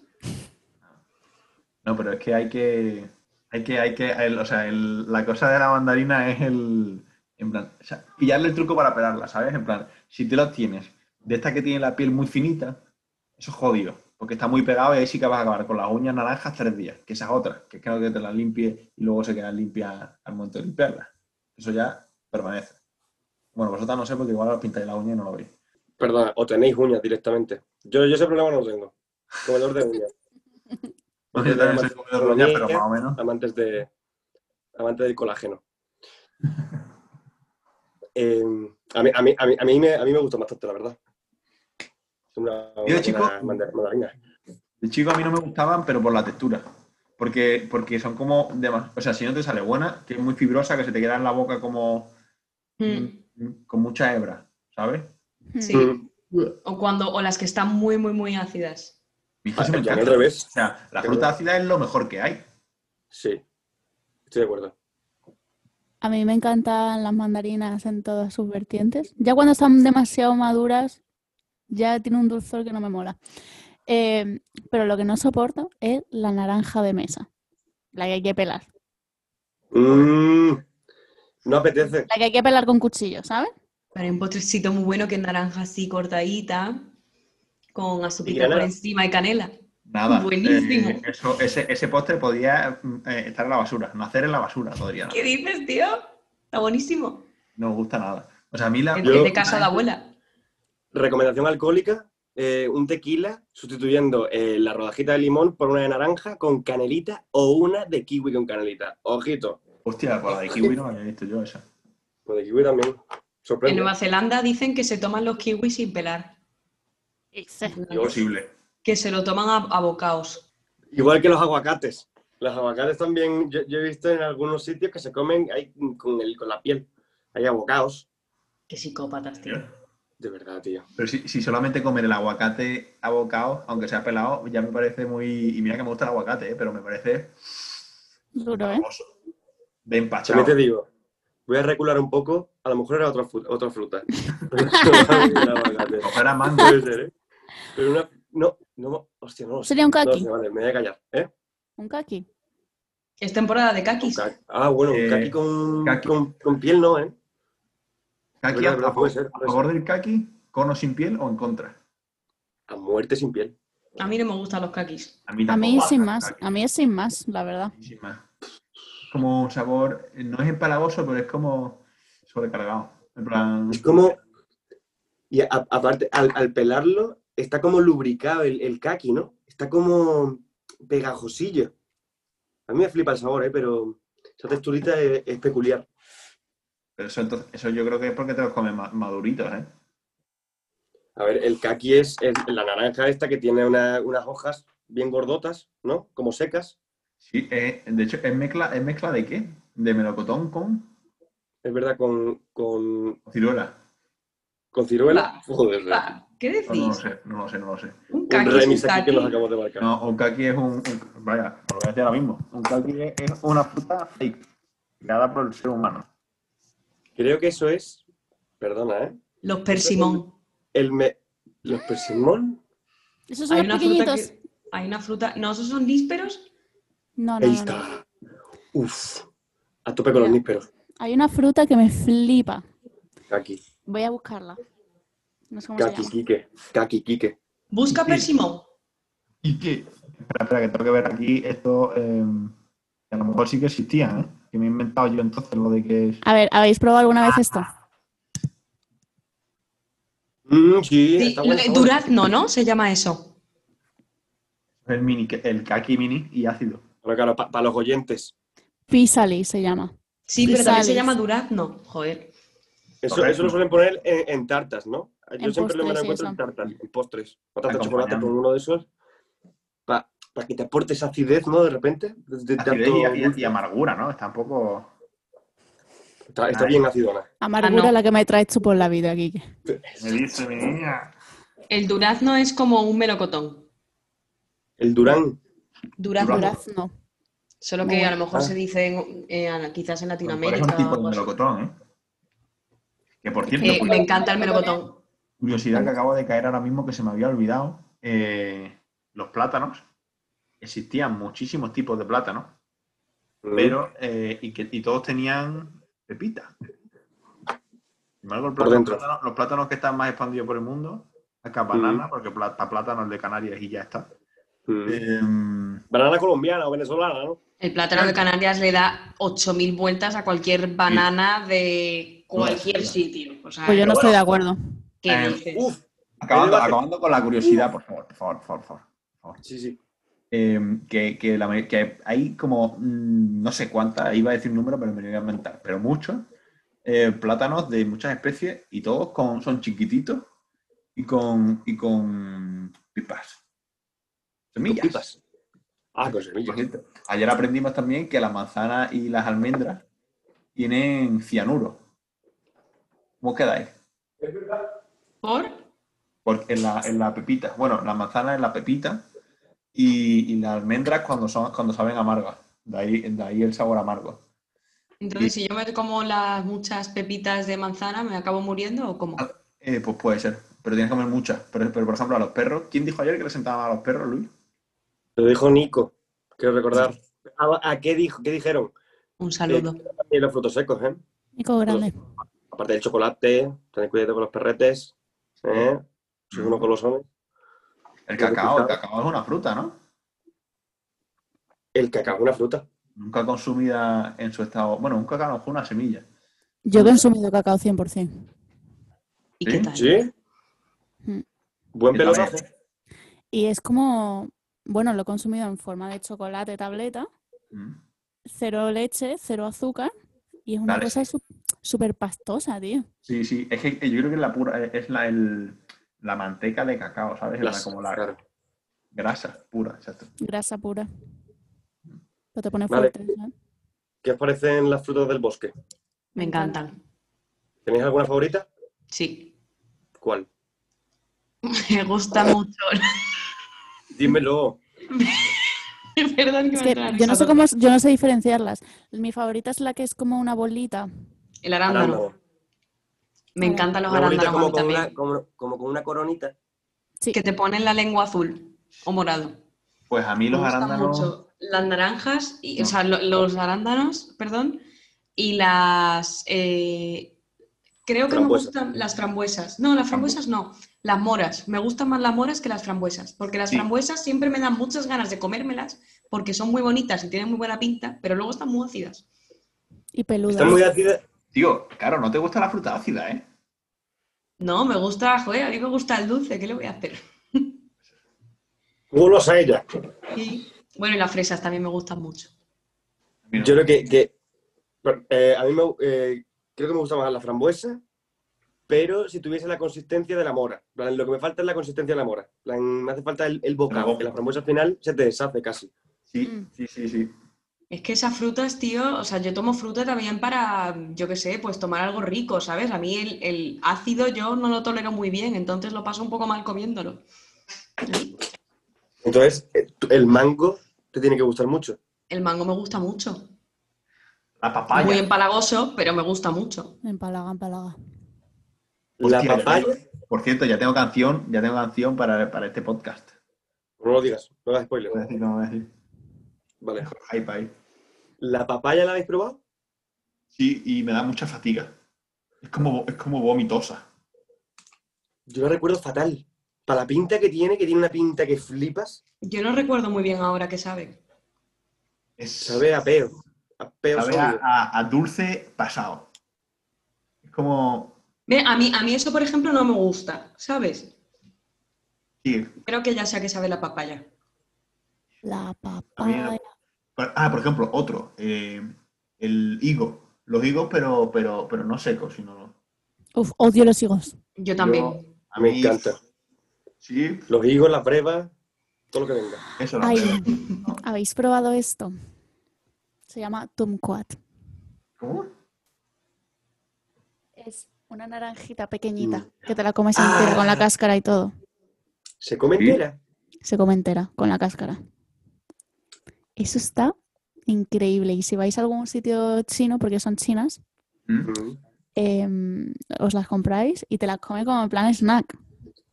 Speaker 5: No, pero es que hay que. Hay que, hay que. el- o sea, el- la cosa de la mandarina es el. En plan, o sea, pillarle el truco para pelarla, ¿sabes? En plan, si te lo tienes de esta que tiene la piel muy finita, eso es jodido, porque está muy pegado y ahí sí que vas a acabar con las uñas naranjas tres días, que esas otras, que es que no que te las limpie y luego se quedan limpias al momento de limpiarlas. Eso ya permanece. Bueno, vosotras no sé, porque igual os pintáis la uña y no lo veis.
Speaker 2: Perdona, o tenéis uñas directamente. Yo, yo ese problema no tengo. Comedor de uñas.
Speaker 5: Porque yo también soy
Speaker 2: Amantes
Speaker 5: comedor de uñas,
Speaker 2: de
Speaker 5: pero más o menos.
Speaker 2: Amantes, de, amantes del colágeno. Eh, a, mí, a, mí, a, mí, a, mí me, a mí me gustó bastante, la verdad. Una,
Speaker 5: Yo,
Speaker 2: una
Speaker 5: chico-
Speaker 2: buena mandar- mandarina.
Speaker 5: De chico a mí no me gustaban, pero por la textura. Porque, porque son como demás. O sea, si no te sale buena, que es muy fibrosa, que se te queda en la boca como.
Speaker 6: Mm,
Speaker 5: mm, con mucha hebra, ¿sabes?
Speaker 7: Hmm.
Speaker 6: Sí.
Speaker 2: Mm.
Speaker 6: O cuando, o las que están muy, muy, muy ácidas.
Speaker 5: Y es que
Speaker 2: Ah,
Speaker 5: eso me
Speaker 2: yo al
Speaker 5: encanta.
Speaker 2: revés.
Speaker 5: O sea, la fruta ácida es lo mejor que hay.
Speaker 2: Sí. Estoy de acuerdo.
Speaker 7: A mí me encantan las mandarinas en todas sus vertientes. Ya cuando están demasiado maduras, ya tiene un dulzor que no me mola. Eh, pero lo que no soporto es la naranja de mesa, la que hay que pelar.
Speaker 2: Mm, no apetece.
Speaker 7: La que hay que pelar con cuchillo, ¿sabes?
Speaker 6: Para un postrecito muy bueno que es naranja así cortadita, con azuquita
Speaker 2: canela.
Speaker 6: por encima y canela.
Speaker 5: Nada.
Speaker 6: Buenísimo.
Speaker 5: Eh, eso, ese, ese postre podía mm, eh, estar en la basura, nacer en la basura, podría.
Speaker 6: ¿Qué dices, tío? Está buenísimo.
Speaker 5: No me gusta nada. O sea, a mí la.
Speaker 6: Es
Speaker 2: Yo-
Speaker 6: es de casa de abuela.
Speaker 2: Recomendación alcohólica, eh, un tequila sustituyendo eh, la rodajita de limón por una de naranja con canelita o una de kiwi con canelita. Ojito.
Speaker 5: Hostia, por la de kiwi no la había visto yo esa.
Speaker 2: Pues de kiwi también.
Speaker 6: En
Speaker 2: Sorprende.
Speaker 6: Nueva Zelanda dicen que se toman los kiwis sin pelar,
Speaker 5: Imposible.
Speaker 6: que se lo toman a, a bocaos.
Speaker 2: Igual que los aguacates. Los aguacates también, yo, yo he visto en algunos sitios que se comen ahí con, el, con la piel. Hay abocados.
Speaker 6: Qué psicópatas, tío.
Speaker 2: De verdad, tío.
Speaker 5: Pero si, si solamente comer el aguacate abocado, aunque sea pelado, ya me parece muy. Y mira que me gusta el aguacate, eh, pero me parece
Speaker 7: Duro, ¿eh?
Speaker 5: de empachado.
Speaker 2: También te digo, voy a recular un poco, a lo mejor era otra, fru- otra fruta. Era aguacate.
Speaker 5: Coger a mango.
Speaker 2: Puede ser, ¿eh? Pero una... No, no, hostia, no. lo sé.
Speaker 7: Sería un
Speaker 2: No
Speaker 7: kaki.
Speaker 2: sé, vale, me voy a callar, ¿eh?
Speaker 7: Un kaki.
Speaker 6: Es temporada de
Speaker 2: Un
Speaker 6: caquis.
Speaker 2: ca- Ah, bueno, un
Speaker 5: Eh,
Speaker 2: caqui con,
Speaker 5: caqui.
Speaker 2: con- con piel no, ¿eh?
Speaker 5: Kaki,
Speaker 2: Verdad,
Speaker 5: a,
Speaker 2: verdad,
Speaker 5: favor-
Speaker 2: puede ser,
Speaker 5: a
Speaker 2: puede
Speaker 5: favor del kaki, con o sin piel o en contra?
Speaker 2: A muerte sin piel.
Speaker 6: A mí no me gustan los caquis.
Speaker 5: A mí,
Speaker 7: A
Speaker 5: tampoco
Speaker 7: mí
Speaker 5: me
Speaker 7: sin
Speaker 5: gusta el
Speaker 7: más,
Speaker 5: kaki,
Speaker 7: a mí es sin más, la verdad.
Speaker 5: sin más. Como un sabor, no es empalagoso, pero es como sobrecargado. En plan,
Speaker 2: Es como. Y a- aparte, al, al pelarlo, está como lubricado el, el caqui, ¿no? Está como pegajosillo. A mí me flipa el sabor, ¿eh? Pero esa texturita es, es peculiar.
Speaker 5: pero eso, entonces- eso yo creo que es porque te los comes ma- maduritos, ¿eh?
Speaker 2: A ver, el caqui es, es la naranja esta que tiene una- unas hojas bien gordotas, ¿no? Como secas.
Speaker 5: Sí, eh, de hecho, ¿es mezcla, ¿es mezcla de qué? ¿De melocotón con
Speaker 2: Es verdad, con, con,
Speaker 5: ciruela?
Speaker 2: con ciruela.
Speaker 6: Va.
Speaker 2: Joder,
Speaker 6: Ah, ¿Qué
Speaker 5: No, no lo
Speaker 6: decís?
Speaker 5: sé, no lo sé, no lo sé.
Speaker 6: Un
Speaker 2: un
Speaker 6: caquis, un
Speaker 2: remix aquí que nos
Speaker 6: caqui.
Speaker 2: acabamos de marcar.
Speaker 5: No, un kaki es un, un- Vaya, lo voy a decir ahora mismo. Un kaki es, es una fruta fake, creada por el ser humano.
Speaker 2: Creo que eso es, perdona, ¿eh?
Speaker 6: Los persimón.
Speaker 2: El me- los persimón.
Speaker 7: Esos son
Speaker 6: Hay
Speaker 7: los
Speaker 6: una fruta
Speaker 7: pequeñitos.
Speaker 6: que... Hay una fruta... No, esos son dísperos.
Speaker 7: No, no,
Speaker 2: Ahí
Speaker 7: no, no.
Speaker 2: está. Uf. A tope con los
Speaker 7: Ya.
Speaker 2: nísperos.
Speaker 7: Hay una fruta que me flipa.
Speaker 2: Kaki,
Speaker 7: Voy a buscarla. No sé cómo se
Speaker 2: Kaki
Speaker 7: llama.
Speaker 2: Kike, Kaki Kike.
Speaker 6: Busca
Speaker 5: Sí.
Speaker 6: persimón.
Speaker 5: ¿Y qué? Espera, espera, que tengo que ver aquí esto. eh, que a lo mejor sí que existían, ¿eh? Que me he inventado yo entonces lo de que es.
Speaker 7: A ver, ¿habéis probado alguna vez esto?
Speaker 2: Mm, sí,
Speaker 6: Sí,
Speaker 2: está bueno,
Speaker 6: le-
Speaker 2: está bueno.
Speaker 6: durazno, ¿no? Se llama eso.
Speaker 5: El mini, el kaki mini y ácido.
Speaker 2: Pero claro, para los oyentes.
Speaker 7: Pisali se llama.
Speaker 6: Sí, pero también se
Speaker 7: Crisales.
Speaker 6: llama durazno. Joder.
Speaker 2: Eso,
Speaker 5: Correcto.
Speaker 2: eso lo suelen poner en, en tartas, ¿no? Yo
Speaker 7: En
Speaker 2: siempre lo me lo
Speaker 7: postres y
Speaker 2: encuentro
Speaker 7: eso.
Speaker 2: en tartas, en postres. Una tarta de
Speaker 5: Acompañado.
Speaker 2: chocolate con uno de esos. Para que te aporte esa acidez, ¿no? De repente. de- de
Speaker 5: Acidez
Speaker 2: tanto
Speaker 5: y, y-
Speaker 2: dulce.
Speaker 5: y amargura, ¿no? Está un poco.
Speaker 2: Está, está bien acidona.
Speaker 7: Amargura
Speaker 6: Ah, no.
Speaker 7: la que me traes tú por la vida, Kike.
Speaker 5: Me dice mi niña.
Speaker 6: El durazno es como un melocotón.
Speaker 2: El Durán,
Speaker 5: Durazno.
Speaker 6: Durazno.
Speaker 7: Durazno.
Speaker 6: Solo que a lo mejor
Speaker 2: Ah.
Speaker 6: se dice en- eh, a- quizás en
Speaker 5: Por
Speaker 6: Latinoamérica.
Speaker 5: un tipo
Speaker 6: o
Speaker 5: de
Speaker 6: algo así.
Speaker 5: melocotón, ¿eh? Que por cierto,
Speaker 6: Eh,
Speaker 5: cu-
Speaker 6: me encanta el melocotón.
Speaker 5: curiosidad que acabo de caer ahora mismo que se me había olvidado. eh, los plátanos. Existían muchísimos tipos de plátanos, pero eh, y, que, y todos tenían pepita. Sin embargo, el
Speaker 2: Por
Speaker 5: plátano-
Speaker 2: dentro.
Speaker 5: plátano- los plátanos que están más expandidos por el mundo, acá banana, porque pla- pa- plátano es de Canarias y ya está.
Speaker 2: Mm.
Speaker 5: Em,
Speaker 2: Banana colombiana o venezolana, ¿no?
Speaker 6: El plátano de Canarias le da 8.000 vueltas a cualquier banana de cualquier
Speaker 5: Durazno.
Speaker 6: sitio. O sea,
Speaker 7: Pues yo no estoy de acuerdo.
Speaker 6: ¿qué
Speaker 5: Eh,
Speaker 6: dices?
Speaker 2: Uf,
Speaker 5: acabando,
Speaker 2: Ahí va a ser-
Speaker 5: acabando con la curiosidad, por favor, por favor, por favor. por favor.
Speaker 2: sí, sí.
Speaker 5: Eh, que, que la may- que hay como, mm, no sé cuántas, iba a decir un número, pero me lo voy a inventar, pero muchos eh, plátanos de muchas especies y todos con, son chiquititos y con, y con pipas.
Speaker 2: Con
Speaker 5: Semillas.
Speaker 2: pipas. Ah, con
Speaker 5: Por
Speaker 2: semillas.
Speaker 5: cierto, Ayer aprendimos también que las manzanas y las almendras tienen cianuro. ¿Cómo quedáis?
Speaker 6: ¿Por?
Speaker 5: Porque en la, en la pepita, bueno, la manzana en la pepita y, y las almendras cuando, son, cuando saben amargas. De ahí, de ahí el sabor amargo.
Speaker 6: Entonces, si yo me como las muchas pepitas de manzana, ¿me acabo muriendo o cómo?
Speaker 5: Eh, pues puede ser, pero tienes que comer muchas. Pero, pero, por ejemplo, a los perros, ¿quién dijo ayer que le sentaban a los perros, Luis?
Speaker 2: Lo dijo Nico, quiero recordar. ¿A, a qué, dijo, qué dijeron?
Speaker 6: Un saludo.
Speaker 2: Y los frutos secos, ¿eh?
Speaker 7: Nico Grande.
Speaker 2: Aparte del chocolate, tened cuidado con los perretes, ¿eh? Si uno con los hombres.
Speaker 5: El cacao, el cacao es una fruta, ¿no?
Speaker 2: El cacao es una fruta.
Speaker 5: Nunca consumida en su estado. Bueno, un cacao es una semilla.
Speaker 7: Yo he consumido cacao 100%.
Speaker 6: ¿Y
Speaker 5: ¿Sí?
Speaker 6: qué tal?
Speaker 2: ¿Sí?
Speaker 7: Mm.
Speaker 2: Buen
Speaker 5: Yo también.
Speaker 2: pelotazo.
Speaker 7: Y es como, bueno, lo he consumido en forma de chocolate, tableta,
Speaker 5: Mm.
Speaker 7: cero leche, cero azúcar. Y es una
Speaker 5: Vale.
Speaker 7: cosa su- súper pastosa, tío.
Speaker 5: Sí, sí, es que eh, yo creo que es la pura, es la, el- la manteca de cacao, ¿sabes? Es la- como la
Speaker 2: Claro.
Speaker 5: grasa pura, exacto.
Speaker 7: Grasa pura. Pero te pone
Speaker 2: Vale.
Speaker 7: fuerte. ¿sabes?
Speaker 2: ¿Qué os parecen las frutas del bosque?
Speaker 6: Me encantan.
Speaker 2: ¿Tenéis alguna favorita?
Speaker 6: Sí.
Speaker 2: ¿Cuál?
Speaker 6: Me gusta mucho.
Speaker 2: Dímelo.
Speaker 6: Perdón que
Speaker 7: Es
Speaker 6: me
Speaker 7: que
Speaker 6: entra la
Speaker 7: yo no
Speaker 6: risa
Speaker 7: sé cómo, es- yo no sé diferenciarlas. Mi favorita es la que es como una bolita.
Speaker 6: El arándano.
Speaker 2: Arándano.
Speaker 6: Me encantan los
Speaker 2: Una bolita
Speaker 6: arándanos a
Speaker 2: como
Speaker 6: mí
Speaker 2: con,
Speaker 6: también.
Speaker 2: una, como, como con una coronita.
Speaker 7: Sí.
Speaker 6: Que te ponen la lengua azul o morado.
Speaker 5: Pues a mí los
Speaker 6: me gustan
Speaker 5: arándanos.
Speaker 6: mucho las naranjas, y,
Speaker 5: No.
Speaker 6: o sea, lo- los arándanos, perdón, y las... eh, creo que
Speaker 2: Frambuesas.
Speaker 6: me gustan las frambuesas. No, las frambuesas no, las moras. Me gustan más las moras que las frambuesas, porque las
Speaker 5: Sí.
Speaker 6: frambuesas siempre me dan muchas ganas de comérmelas, porque son muy bonitas y tienen muy buena pinta, pero luego están muy ácidas.
Speaker 7: Y peluda.
Speaker 2: Están muy ácidas.
Speaker 5: Tío, claro, no te gusta la fruta ácida, ¿eh?
Speaker 6: No, me gusta, joder, a mí me gusta el dulce, ¿qué le voy a hacer?
Speaker 2: Gulos a ella.
Speaker 6: Y, bueno, y las fresas también me gustan mucho.
Speaker 5: A mí no.
Speaker 2: Yo creo que, que- pero, eh, a mí me, eh, creo que me gusta más la frambuesa, pero si tuviese la consistencia de la mora. En plan, Lo que me falta es la consistencia de la mora. En plan, Me hace falta el, el
Speaker 5: La
Speaker 2: bocado,
Speaker 5: boca.
Speaker 2: que la frambuesa al final se te deshace casi.
Speaker 5: Sí,
Speaker 7: Mm.
Speaker 5: sí, sí, sí.
Speaker 6: Es que esas frutas, tío, o sea, yo tomo fruta también para, yo qué sé, pues tomar algo rico, ¿sabes? A mí el, el ácido yo no lo tolero muy bien, entonces lo paso un poco mal comiéndolo.
Speaker 2: Entonces, eh, tú- el mango te tiene que gustar mucho.
Speaker 6: El mango me gusta mucho.
Speaker 5: La
Speaker 6: Muy
Speaker 5: papaya.
Speaker 6: empalagoso, pero me gusta mucho.
Speaker 7: Empalaga, empalaga.
Speaker 2: La
Speaker 5: Hostia,
Speaker 2: papaya,
Speaker 5: Por cierto, ya tengo canción, ya tengo canción para, para este podcast.
Speaker 2: no lo digas, no hagas spoiler.
Speaker 5: Voy a decir, no voy a decir.
Speaker 2: Vale.
Speaker 5: Hype ahí.
Speaker 2: ¿La papaya la habéis probado?
Speaker 5: Sí, y me da mucha fatiga. Es como, es como vomitosa.
Speaker 2: Yo la recuerdo fatal. Para la pinta que tiene, que tiene una pinta que flipas,
Speaker 6: Yo no recuerdo muy bien ahora qué sabe.
Speaker 5: Es,
Speaker 2: sabe a peo. A peo
Speaker 5: sabe a,
Speaker 2: sólido.
Speaker 5: a- a dulce pasado. Es como.
Speaker 6: Ve, A mí, a mí eso, por ejemplo, no me gusta, ¿sabes?
Speaker 5: sí,
Speaker 6: Creo que ya sé a qué sabe la papaya.
Speaker 7: La
Speaker 5: También-
Speaker 7: papaya.
Speaker 5: por- Ah, por ejemplo, otro. eh, el higo. Los higos, pero, pero, pero no secos, sino.
Speaker 7: Uf, odio los higos.
Speaker 6: Yo también.
Speaker 5: A
Speaker 2: Me
Speaker 5: mí-
Speaker 2: encanta.
Speaker 5: Sí,
Speaker 2: Los higos, las brevas, todo lo que venga.
Speaker 5: eso lo
Speaker 7: Ay,
Speaker 5: creo.
Speaker 7: ¿habéis probado esto? Se llama Kumquat.
Speaker 5: ¿Cómo?
Speaker 7: Es una naranjita pequeñita que te la comes entera con la cáscara y todo.
Speaker 2: ¿Se come
Speaker 5: Sí.
Speaker 2: entera?
Speaker 7: Se come entera con la cáscara. Eso está increíble. Y si vais a algún sitio chino, porque son chinas,
Speaker 5: Mm.
Speaker 2: Mm.
Speaker 7: em, os las compráis y te las come como en plan snack.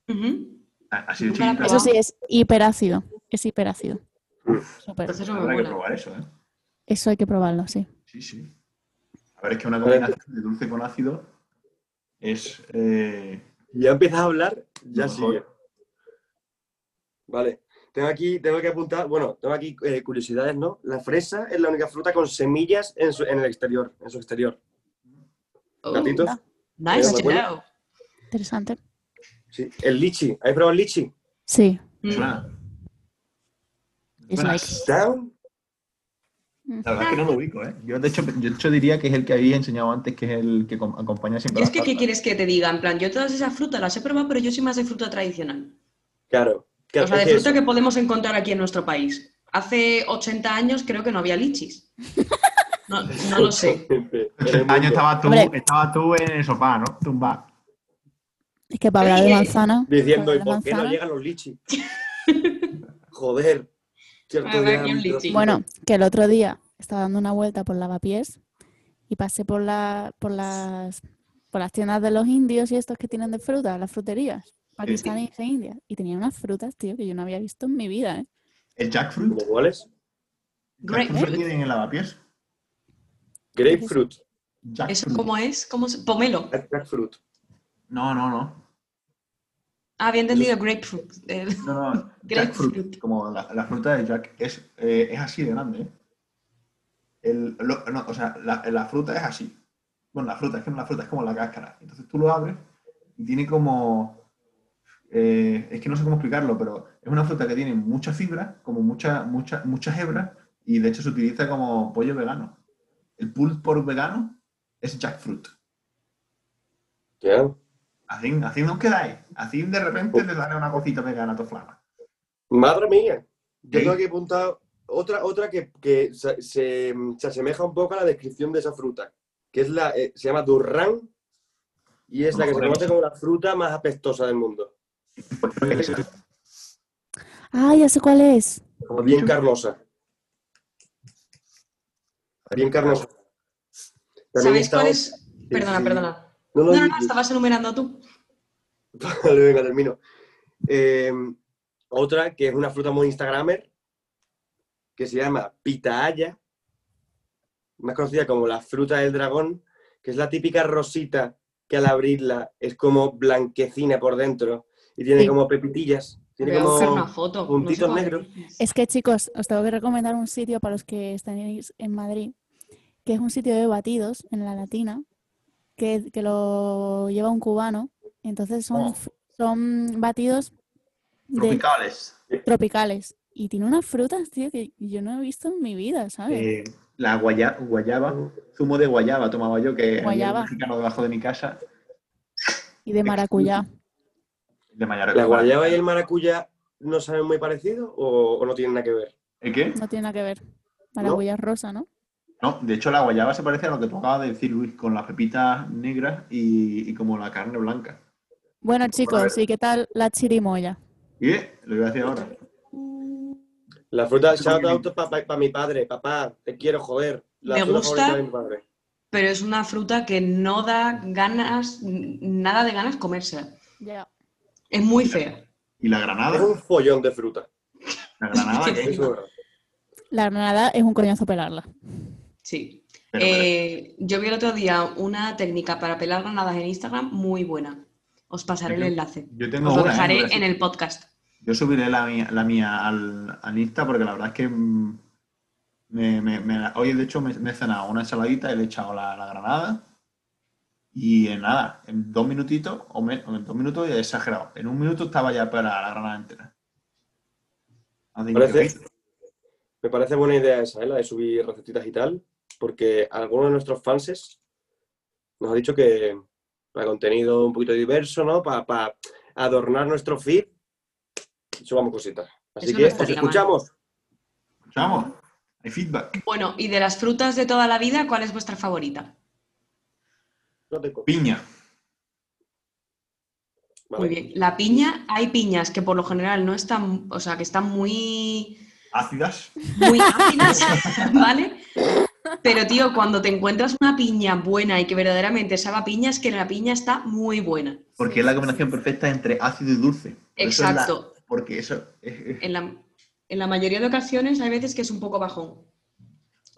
Speaker 6: Ujú.
Speaker 5: Ah, Así de
Speaker 6: Nunca la he
Speaker 5: chiquita.
Speaker 7: Eso
Speaker 6: Wow.
Speaker 7: sí, es hiperácido. Es hiperácido.
Speaker 2: Uf.
Speaker 7: Súper.
Speaker 6: Entonces no me
Speaker 5: Habrá que
Speaker 6: mola.
Speaker 5: probar eso, ¿eh?
Speaker 7: Eso hay que probarlo, sí.
Speaker 5: Sí, sí. A ver, es que una combinación de dulce con ácido es. eh,
Speaker 2: Ya empiezas a hablar, ya
Speaker 5: Mejor.
Speaker 2: sigue. Vale. Tengo aquí, tengo que apuntar, bueno, tengo aquí eh, curiosidades, ¿no? La fresa es la única fruta con semillas en, su- en el exterior, en su exterior.
Speaker 6: Oh,
Speaker 2: Gatitos.
Speaker 7: anda.
Speaker 6: nice
Speaker 2: Pero
Speaker 6: to
Speaker 2: bueno.
Speaker 6: know.
Speaker 7: Interesante.
Speaker 2: Sí. El lichi. ¿Habéis probado el lichi?
Speaker 7: Sí.
Speaker 5: me
Speaker 6: Mm.
Speaker 5: suena. Me
Speaker 7: Es
Speaker 5: suena.
Speaker 7: like-
Speaker 2: Down.
Speaker 5: La verdad es que no lo ubico, ¿eh? Yo, de hecho, yo de hecho diría que es el que habéis enseñado antes, que es el que com- acompaña siempre
Speaker 6: Yo es
Speaker 5: las
Speaker 6: que, ¿qué
Speaker 5: tartas.
Speaker 6: quieres que te diga? En plan, yo todas esas frutas las he probado, pero yo soy más de fruta tradicional.
Speaker 2: Claro.
Speaker 6: O sea, de
Speaker 2: es
Speaker 6: fruta
Speaker 2: eso.
Speaker 6: que podemos encontrar aquí en nuestro país. Hace 80 años creo que no había lichis. No, no lo sé.
Speaker 2: En el
Speaker 5: 80 años
Speaker 2: mundo.
Speaker 5: Ah, estaba tú,
Speaker 7: Hombre.
Speaker 5: estaba tú en el sofá, ¿no? Tumba.
Speaker 7: Es que para hablar de
Speaker 6: Eh,
Speaker 7: manzana.
Speaker 2: Diciendo,
Speaker 7: para
Speaker 2: ¿y
Speaker 7: hablar de
Speaker 2: por qué no
Speaker 7: manzana-
Speaker 2: llegan los lichi? Joder. Cierto
Speaker 6: Habrá
Speaker 2: día
Speaker 6: aquí un
Speaker 2: me
Speaker 6: lichi.
Speaker 7: Bueno, que el otro día estaba dando una vuelta por lavapiés y pasé por, la, por, las, por las tiendas de los indios y estos que tienen de fruta, las fruterías pakistaníes e indias. Y tenían unas frutas, tío, que yo no había visto en mi vida, ¿eh?
Speaker 5: El jackfruit.
Speaker 2: ¿Cómo cuáles?
Speaker 5: ¿Qué
Speaker 6: Grapefruit.
Speaker 5: tienen en lavapiés?
Speaker 2: Grapefruit.
Speaker 5: Jackfruit.
Speaker 6: ¿Eso cómo es? ¿Cómo se- Pomelo.
Speaker 2: Grapefruit.
Speaker 5: No, no, no.
Speaker 6: Ah, había entendido grapefruit. Eh,
Speaker 5: No, no.
Speaker 6: Grapefruit.
Speaker 5: Jackfruit. Como la, la fruta de Jack. Es, eh, es así de grande, ¿eh? El- lo- no, o sea, la, la fruta es así. Bueno, la fruta, es que no la fruta, es como la cáscara. Entonces tú lo abres y tiene como. eh, es que no sé cómo explicarlo, pero es una fruta que tiene mucha fibra, como mucha, mucha, muchas hebras, y de hecho se utiliza como pollo vegano. El pulled pork vegano es jackfruit.
Speaker 2: Ya.
Speaker 5: Así, así no os quedáis. Así de repente te sale una cosita vegana a tu flama.
Speaker 2: Madre mía. Yo
Speaker 5: Sí.
Speaker 2: tengo aquí apuntado otra, otra que, que se, se- se asemeja un poco a la descripción de esa fruta, que es la, eh, se llama durrán y es la que se conoce como la fruta más apestosa del mundo.
Speaker 7: Ah, ya sé cuál es.
Speaker 2: Como bien carnosa. Bien carnosa. También
Speaker 6: ¿Sabéis
Speaker 2: está
Speaker 6: cuál
Speaker 2: otra-
Speaker 6: es? Perdona,
Speaker 2: sí.
Speaker 6: perdona.
Speaker 2: No, no,
Speaker 6: No, no,
Speaker 2: di-
Speaker 6: no, estabas enumerando tú.
Speaker 2: Vale, venga, termino. Eh, otra que es una fruta muy Instagramer, que se llama pitahaya, más conocida como la fruta del dragón, que es la típica rosita que al abrirla es como blanquecina por dentro y tiene
Speaker 7: Sí.
Speaker 2: como pepitillas, tiene
Speaker 6: Voy a buscar una
Speaker 2: como
Speaker 6: foto.
Speaker 2: puntitos
Speaker 6: cómo
Speaker 2: negros.
Speaker 6: dices.
Speaker 7: Es que, chicos, os tengo que recomendar un sitio para los que estéis en Madrid, que es un sitio de batidos en la latina, que, que lo lleva un cubano. Entonces son,
Speaker 5: Oh.
Speaker 7: fr- son batidos de,
Speaker 5: Tropicales.
Speaker 7: tropicales. Y tiene unas frutas, tío, que yo no he visto en mi vida, ¿sabes?
Speaker 5: Eh, la guaya- guayaba, zumo de guayaba tomaba yo, que había
Speaker 7: Guayaba.
Speaker 5: un mexicano debajo de mi casa,
Speaker 7: y de maracuyá.
Speaker 5: de Mayara.
Speaker 2: ¿La guayaba y el maracuyá no saben muy parecido o, o no tienen nada que ver?
Speaker 5: ¿El qué?
Speaker 7: No tiene nada que ver. Maracuyá es rosa, ¿no?
Speaker 5: No, de hecho la guayaba se parece a lo que tú acabas de decir, Luis, con las pepitas negras y, y como la carne blanca.
Speaker 7: Bueno, chicos, ¿y qué tal la chirimoya?
Speaker 5: ¿Y eh, Lo voy a decir ahora.
Speaker 2: La fruta, shout out para mi padre, papá, te quiero joder. La
Speaker 6: Me
Speaker 2: fruta
Speaker 6: gusta.
Speaker 2: favorita de mi padre.
Speaker 6: Pero es una fruta que no da ganas, n- nada de ganas comérsela.
Speaker 7: Ya.
Speaker 6: Es muy fea.
Speaker 5: ¿Y la
Speaker 2: Es
Speaker 5: granada?
Speaker 2: un follón de fruta.
Speaker 5: La granada, ¿qué?
Speaker 6: Eh,
Speaker 2: Eso es verdad.
Speaker 7: La granada es un coñazo pelarla.
Speaker 6: Sí.
Speaker 5: Pero,
Speaker 6: Eh, yo vi el otro día una técnica para pelar granadas en Instagram muy buena. Os pasaré el
Speaker 5: Ujú.
Speaker 6: enlace.
Speaker 5: yo tengo
Speaker 6: Os lo
Speaker 5: una, ¿eh?
Speaker 6: dejaré
Speaker 5: Voy a decir.
Speaker 6: en el podcast.
Speaker 5: Yo subiré la mía, la mía al, al Insta porque la verdad es que mm, me, me- me- hoy de hecho me, me he cenado una ensaladita y le he echado la, la granada y en nada, en dos minutitos o, me- o en dos minutos ya he exagerado. En un minuto estaba ya para la granada entera. Así que,
Speaker 2: Parece-
Speaker 5: uy,
Speaker 2: Me parece buena idea esa, ¿eh? la de subir recetitas y tal, porque alguno de nuestros fanses nos ha dicho que para contenido un poquito diverso, ¿no? Para, adornar nuestro feed, subamos cositas. Así
Speaker 6: Eso
Speaker 2: que
Speaker 6: no
Speaker 2: os
Speaker 6: estaría mal.
Speaker 2: escuchamos.
Speaker 5: escuchamos, hay feedback.
Speaker 6: Bueno, y de las frutas de toda la vida, ¿cuál es vuestra favorita?
Speaker 2: No tengo.
Speaker 5: Piña.
Speaker 2: Vale.
Speaker 6: Muy bien. La piña, hay piñas que por lo general no están, o sea, que están muy,
Speaker 5: Ácidas.
Speaker 6: muy ácidas, ¿vale? Pero tío, cuando te encuentras una piña buena y que verdaderamente sabe a piña, es que la piña está muy buena.
Speaker 5: Porque es la combinación perfecta entre ácido y dulce. Por eso es la-
Speaker 6: Exacto.
Speaker 5: porque eso. es-
Speaker 6: En la, en la mayoría de ocasiones hay veces que es un poco bajón.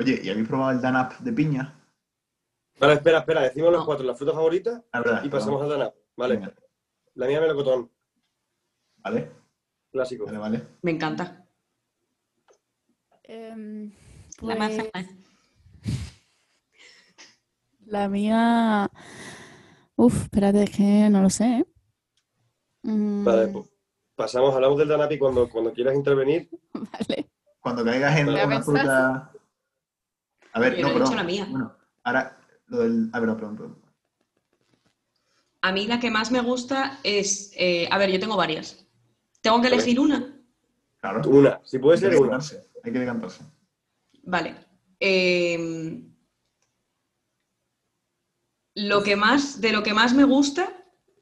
Speaker 5: Oye, ¿y habéis probado el Danap de piña?
Speaker 2: Vale, espera, espera. Decimos los
Speaker 6: No.
Speaker 2: cuatro, las frutas favoritas
Speaker 5: La verdad.
Speaker 2: y pasamos a Danap. Vale.
Speaker 5: Venga.
Speaker 2: La mía melocotón,
Speaker 5: Vale,
Speaker 2: clásico.
Speaker 5: vale, vale.
Speaker 6: Me encanta.
Speaker 7: Em,
Speaker 8: La
Speaker 7: pues,
Speaker 8: manzana.
Speaker 7: La mía. Uf, espérate, es que no lo sé. ¿eh? Mm,
Speaker 2: Vale, pues, pasamos, hablamos del Danap y cuando, cuando quieras intervenir.
Speaker 7: vale.
Speaker 5: Cuando caigas en
Speaker 2: ¿La
Speaker 5: una
Speaker 8: pensás?
Speaker 5: fruta. A ver,
Speaker 6: Yo
Speaker 5: no,
Speaker 6: no he
Speaker 5: perdón.
Speaker 6: dicho la mía.
Speaker 5: Bueno, ahora lo del. Ah, perdón, perdón, perdón.
Speaker 6: A mí la que más me gusta es, eh, a ver, yo tengo varias. ¿Tengo que
Speaker 2: Vale.
Speaker 6: elegir una?
Speaker 5: Claro.
Speaker 2: Una, si puede
Speaker 5: hay que
Speaker 2: ser una.
Speaker 5: decantarse, Hay que decantarse.
Speaker 6: Vale. Eh, lo que más, de lo que más me gusta,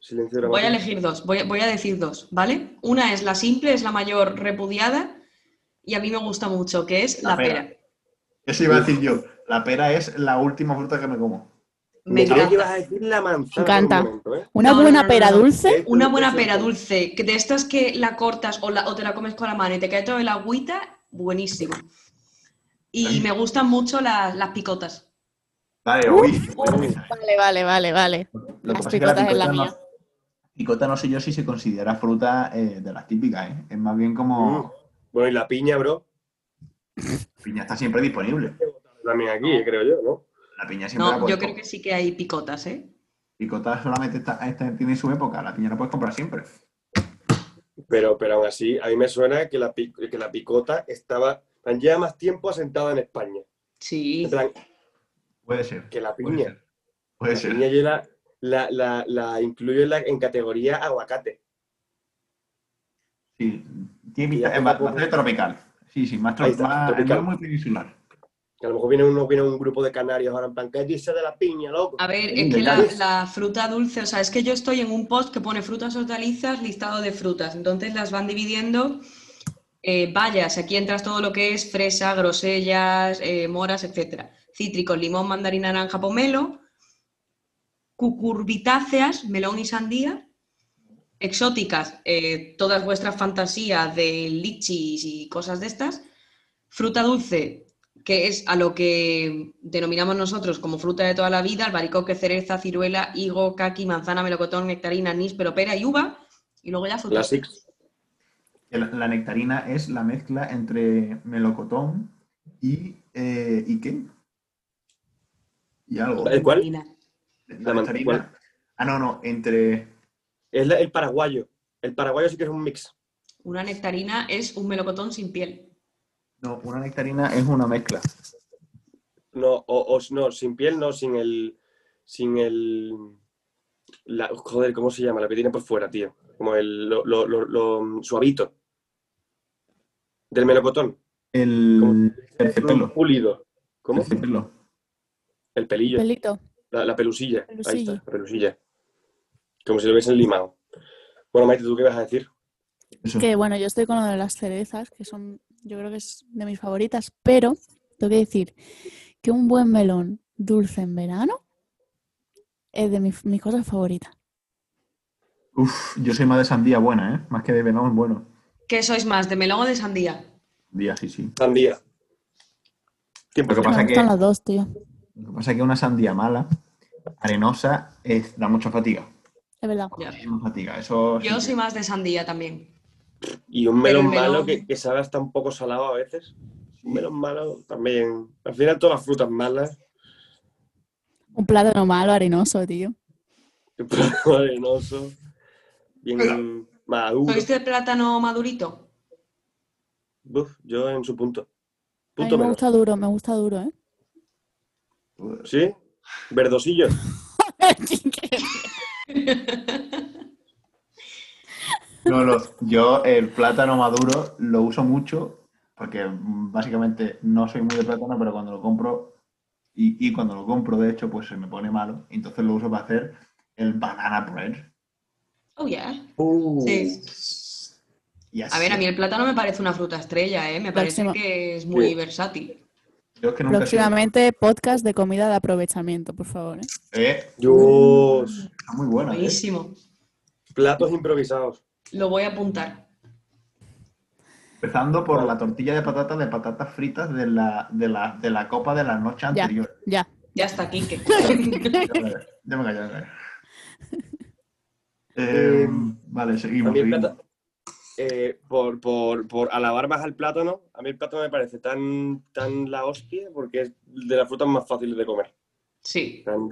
Speaker 2: Silencio
Speaker 6: voy a
Speaker 2: dramático.
Speaker 6: elegir dos, voy a, voy a decir dos, ¿vale? Una es la simple, es la mayor repudiada y a mí me gusta mucho, que es la,
Speaker 5: La
Speaker 6: pera.
Speaker 5: pera. Eso iba a decir yo. La pera es la última fruta que me como.
Speaker 6: Me
Speaker 2: Creo que
Speaker 6: encanta.
Speaker 2: ibas a decir la manzana.
Speaker 7: Me encanta.
Speaker 2: en un momento, ¿eh?
Speaker 7: Una
Speaker 6: No, no,
Speaker 7: buena
Speaker 6: no, no,
Speaker 7: pera
Speaker 6: no.
Speaker 7: dulce.
Speaker 6: Una buena pera dulce, que de estas que la cortas o, la- o te la comes con la mano y te cae todo el agüita, buenísimo. Y me gustan mucho las, las picotas.
Speaker 5: Vale, uy.
Speaker 7: Vale, vale, vale, vale.
Speaker 5: Lo que
Speaker 7: Las
Speaker 5: pasa es que la
Speaker 7: picotas
Speaker 5: picota,
Speaker 7: es la
Speaker 5: no,
Speaker 7: mía.
Speaker 5: picota no sé yo si se considera fruta eh, de las típicas, ¿eh? Es más bien como
Speaker 2: Bueno, y la piña, bro.
Speaker 5: piña está siempre disponible.
Speaker 2: También aquí, eh, creo yo, ¿no?
Speaker 5: La piña siempre la
Speaker 6: No,
Speaker 5: puedes
Speaker 6: yo creo
Speaker 5: comprar.
Speaker 6: que sí que hay picotas, ¿eh?
Speaker 5: Picota solamente está, esta tiene su época, la piña la puedes comprar siempre.
Speaker 2: Pero, pero aún así, a mí me suena que la, pi- que la picota estaba. Lleva más tiempo asentada en España.
Speaker 6: Sí.
Speaker 2: En plan,
Speaker 5: Puede ser.
Speaker 2: que la
Speaker 5: puede
Speaker 2: piña.
Speaker 5: ser. Puede
Speaker 2: La
Speaker 5: ser.
Speaker 2: piña yo la, la, la, la incluyo en, la, en categoría aguacate.
Speaker 5: Sí. Tiene
Speaker 2: Y ya
Speaker 5: pinta,
Speaker 2: poco
Speaker 5: es
Speaker 2: a
Speaker 5: más-
Speaker 2: poco-
Speaker 5: bastante tropical. Sí, sí, más, tro-
Speaker 2: Ahí está,
Speaker 5: más-
Speaker 2: tropical.
Speaker 5: no es muy peninsular.
Speaker 2: Que a lo mejor viene, uno, viene un grupo de canarios ahora en plan, ¿qué dice de la piña, loco?
Speaker 6: A ver,
Speaker 5: Sí,
Speaker 6: es que
Speaker 5: me
Speaker 6: la,
Speaker 5: encanta.
Speaker 6: la fruta dulce, o sea, es que yo estoy en un post que pone frutas, hortalizas, listado de frutas. Entonces las van dividiendo eh, vallas. Aquí entras todo lo que es fresa, grosellas, eh, moras, etcétera. Cítricos, limón, mandarina, naranja, pomelo. Cucurbitáceas, melón y sandía. Exóticas, eh, todas vuestras fantasías de lichis y cosas de estas. Fruta dulce, que es a lo que denominamos nosotros como fruta de toda la vida, albaricoque, cereza, ciruela, higo, caqui, manzana, melocotón, nectarina, níspero, pera y uva, y luego ya fruta.
Speaker 2: La Six.
Speaker 5: Que La, la nectarina es la mezcla entre melocotón y. eh, ¿Y qué? Y algo.
Speaker 2: ¿El cuál?
Speaker 6: Nectarina.
Speaker 5: La
Speaker 2: La man-
Speaker 5: nectarina.
Speaker 2: ¿cuál?
Speaker 5: Ah, no, no, entre.
Speaker 2: Es la- el paraguayo. El paraguayo sí que es un mix.
Speaker 6: Una nectarina es un melocotón sin piel.
Speaker 5: No, una nectarina es una mezcla.
Speaker 2: No, o, o- no, sin piel, no, sin el. Sin el. La, joder, ¿cómo se llama? La que tiene por fuera, tío. Como el. Lo, lo, lo- lo suavito. Del melocotón.
Speaker 5: El
Speaker 2: Lo
Speaker 5: terciopelo.
Speaker 2: Pulido. ¿Cómo?
Speaker 5: Terciopelo.
Speaker 2: El pelillo.
Speaker 7: Pelito.
Speaker 2: La, la pelusilla. Ahí
Speaker 7: Pelusilla.
Speaker 2: está, la pelusilla. Como si lo hubiesen limado. Bueno, Maite, ¿tú qué vas a decir?
Speaker 5: Eso.
Speaker 7: Que bueno, yo estoy con lo de las cerezas, que son, yo creo que es de mis favoritas, pero tengo que decir que un buen melón dulce en verano es de mis, mis cosas favoritas.
Speaker 5: Uf, yo soy más de sandía buena, ¿eh? Más que de melón bueno.
Speaker 6: ¿Qué sois más, de melón o de sandía?
Speaker 5: Sandía, sí, sí.
Speaker 2: Sandía.
Speaker 5: Lo que
Speaker 7: Me
Speaker 5: pasa
Speaker 7: gustan
Speaker 5: que,
Speaker 7: las dos, tío.
Speaker 5: lo que pasa que una sandía mala, arenosa, es- da mucha fatiga.
Speaker 7: Es verdad.
Speaker 6: Ya.
Speaker 5: Mucha fatiga. Eso. sí
Speaker 6: Yo
Speaker 5: que-
Speaker 6: soy más de sandía también.
Speaker 2: Y un
Speaker 6: Pero el
Speaker 2: melón malo
Speaker 6: melón-
Speaker 2: que, que sabe hasta un poco salado a veces. Un melón malo también. Al final todas las frutas malas.
Speaker 7: Un plátano malo, arenoso, tío.
Speaker 2: un poco arenoso. Bien maduro.
Speaker 6: ¿Sois de plátano madurito?
Speaker 2: Uf, yo en su punto.
Speaker 7: A mí
Speaker 2: Punto
Speaker 7: me
Speaker 2: menos.
Speaker 7: gusta duro, me gusta duro, ¿eh?
Speaker 2: ¿Sí? Verdosillo.
Speaker 5: No, lo- yo el plátano maduro lo uso mucho porque mm, básicamente no soy muy de plátano, pero cuando lo compro Y, y cuando lo compro, de hecho, pues se me pone malo. Entonces lo uso para hacer el banana bread.
Speaker 6: Oh, yeah.
Speaker 2: Uh,
Speaker 6: Sí.
Speaker 5: Y
Speaker 6: A
Speaker 5: así-
Speaker 6: ver, a mí el plátano me parece una fruta estrella, ¿eh? Me parece
Speaker 7: Próximo.
Speaker 6: que es muy
Speaker 2: Sí.
Speaker 6: versátil.
Speaker 5: Yo es que nunca he sido-
Speaker 7: Próximamente podcast de comida de aprovechamiento, por favor. ¿eh?
Speaker 5: Eh,
Speaker 2: Dios.
Speaker 5: está muy buena. eh.
Speaker 6: Buenísimo.
Speaker 2: Platos improvisados.
Speaker 6: Lo voy a apuntar.
Speaker 5: Empezando por la tortilla de patatas de patatas fritas de la, de la, de la copa de la noche
Speaker 7: Ya.
Speaker 5: anterior.
Speaker 7: Ya.
Speaker 6: Ya está aquí. que-
Speaker 5: Ya me callo, ya me callo, ya me callo. Eh, vale, seguimos.
Speaker 2: También
Speaker 5: seguimos.
Speaker 2: plata- eh, por, por- por alabar más al plátano, a mí el plátano me parece tan, tan la hostia porque es de las frutas más fáciles de comer.
Speaker 6: Sí.
Speaker 2: Tan-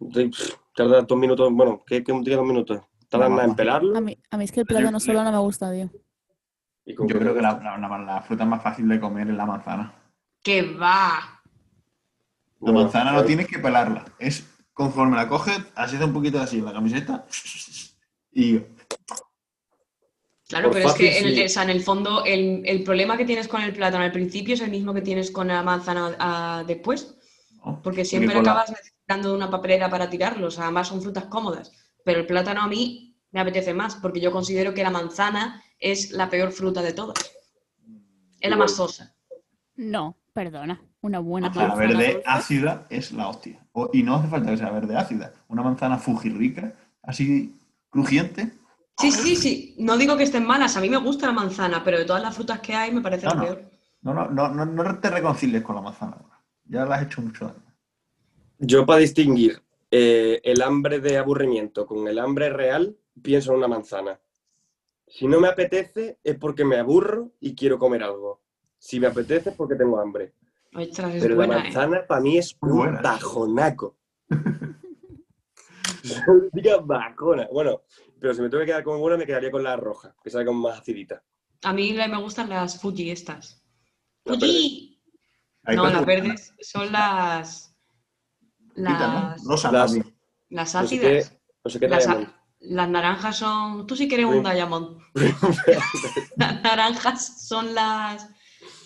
Speaker 2: de- pff, Tarda dos minutos, bueno, ¿qué, qué diga dos minutos? Tarda
Speaker 5: No,
Speaker 2: nada en
Speaker 5: no.
Speaker 2: pelarlo.
Speaker 7: A mí, a mí es que el plátano solo no me gusta, tío.
Speaker 2: Y con-
Speaker 5: Yo creo que la, la- la- la fruta más fácil de comer es la manzana.
Speaker 6: ¡Que va!
Speaker 5: La
Speaker 2: Bueno,
Speaker 5: manzana no
Speaker 2: eh,
Speaker 5: tienes que pelarla. Es conforme la coges, así de un poquito así en la camiseta y
Speaker 6: Claro,
Speaker 2: Por
Speaker 6: pero
Speaker 2: fácil,
Speaker 6: es que en el,
Speaker 2: sí.
Speaker 6: o sea, en el fondo el, el problema que tienes con el plátano al principio es el mismo que tienes con la manzana ah, después,
Speaker 5: ¿no?
Speaker 6: porque siempre
Speaker 5: con la-
Speaker 6: acabas necesitando una papelera para tirarlos. Además son frutas cómodas, pero el plátano a mí me apetece más porque yo considero que la manzana es la peor fruta de todas. Es la más sosa.
Speaker 7: No, perdona. Una buena
Speaker 5: manzana
Speaker 7: manzana
Speaker 5: verde
Speaker 7: dulce.
Speaker 5: ácida es la hostia. O- y no hace falta que sea verde ácida. Una manzana fujirrica, así crujiente.
Speaker 6: Sí, sí, sí. No digo que estén malas. A mí me gusta la manzana, pero de todas las frutas que hay me parece
Speaker 5: No,
Speaker 6: la
Speaker 5: no.
Speaker 6: peor.
Speaker 5: No, no, no, no, no te reconcilies con la manzana. Ya la has hecho mucho daño.
Speaker 2: Yo para distinguir eh, el hambre de aburrimiento con el hambre real, pienso en una manzana. Si no me apetece es porque me aburro y quiero comer algo. Si me apetece es porque tengo hambre.
Speaker 6: Ostras, es
Speaker 2: Pero
Speaker 6: buena,
Speaker 2: la
Speaker 6: ¿eh?
Speaker 2: manzana para mí es
Speaker 5: Muy
Speaker 2: un
Speaker 5: buena.
Speaker 2: bajonaco. Es una auténtica bajona. Bueno, pero si me tuve que quedar con una, me quedaría con la roja, que sale con más acidita.
Speaker 6: A mí la- me gustan las Fuji estas.
Speaker 2: La
Speaker 6: ¡Fuji!
Speaker 5: Ahí
Speaker 6: no,
Speaker 5: te-
Speaker 6: las verdes son las...
Speaker 5: Pita,
Speaker 6: Las,
Speaker 5: ¿no? Rosa,
Speaker 2: las-
Speaker 5: más bien.
Speaker 6: las
Speaker 2: No sé
Speaker 6: ácidas.
Speaker 2: qué- no sé qué
Speaker 6: las,
Speaker 2: traemos.
Speaker 6: a- las naranjas son... Tú sí que eres
Speaker 2: Sí.
Speaker 6: un diamond. las naranjas son las...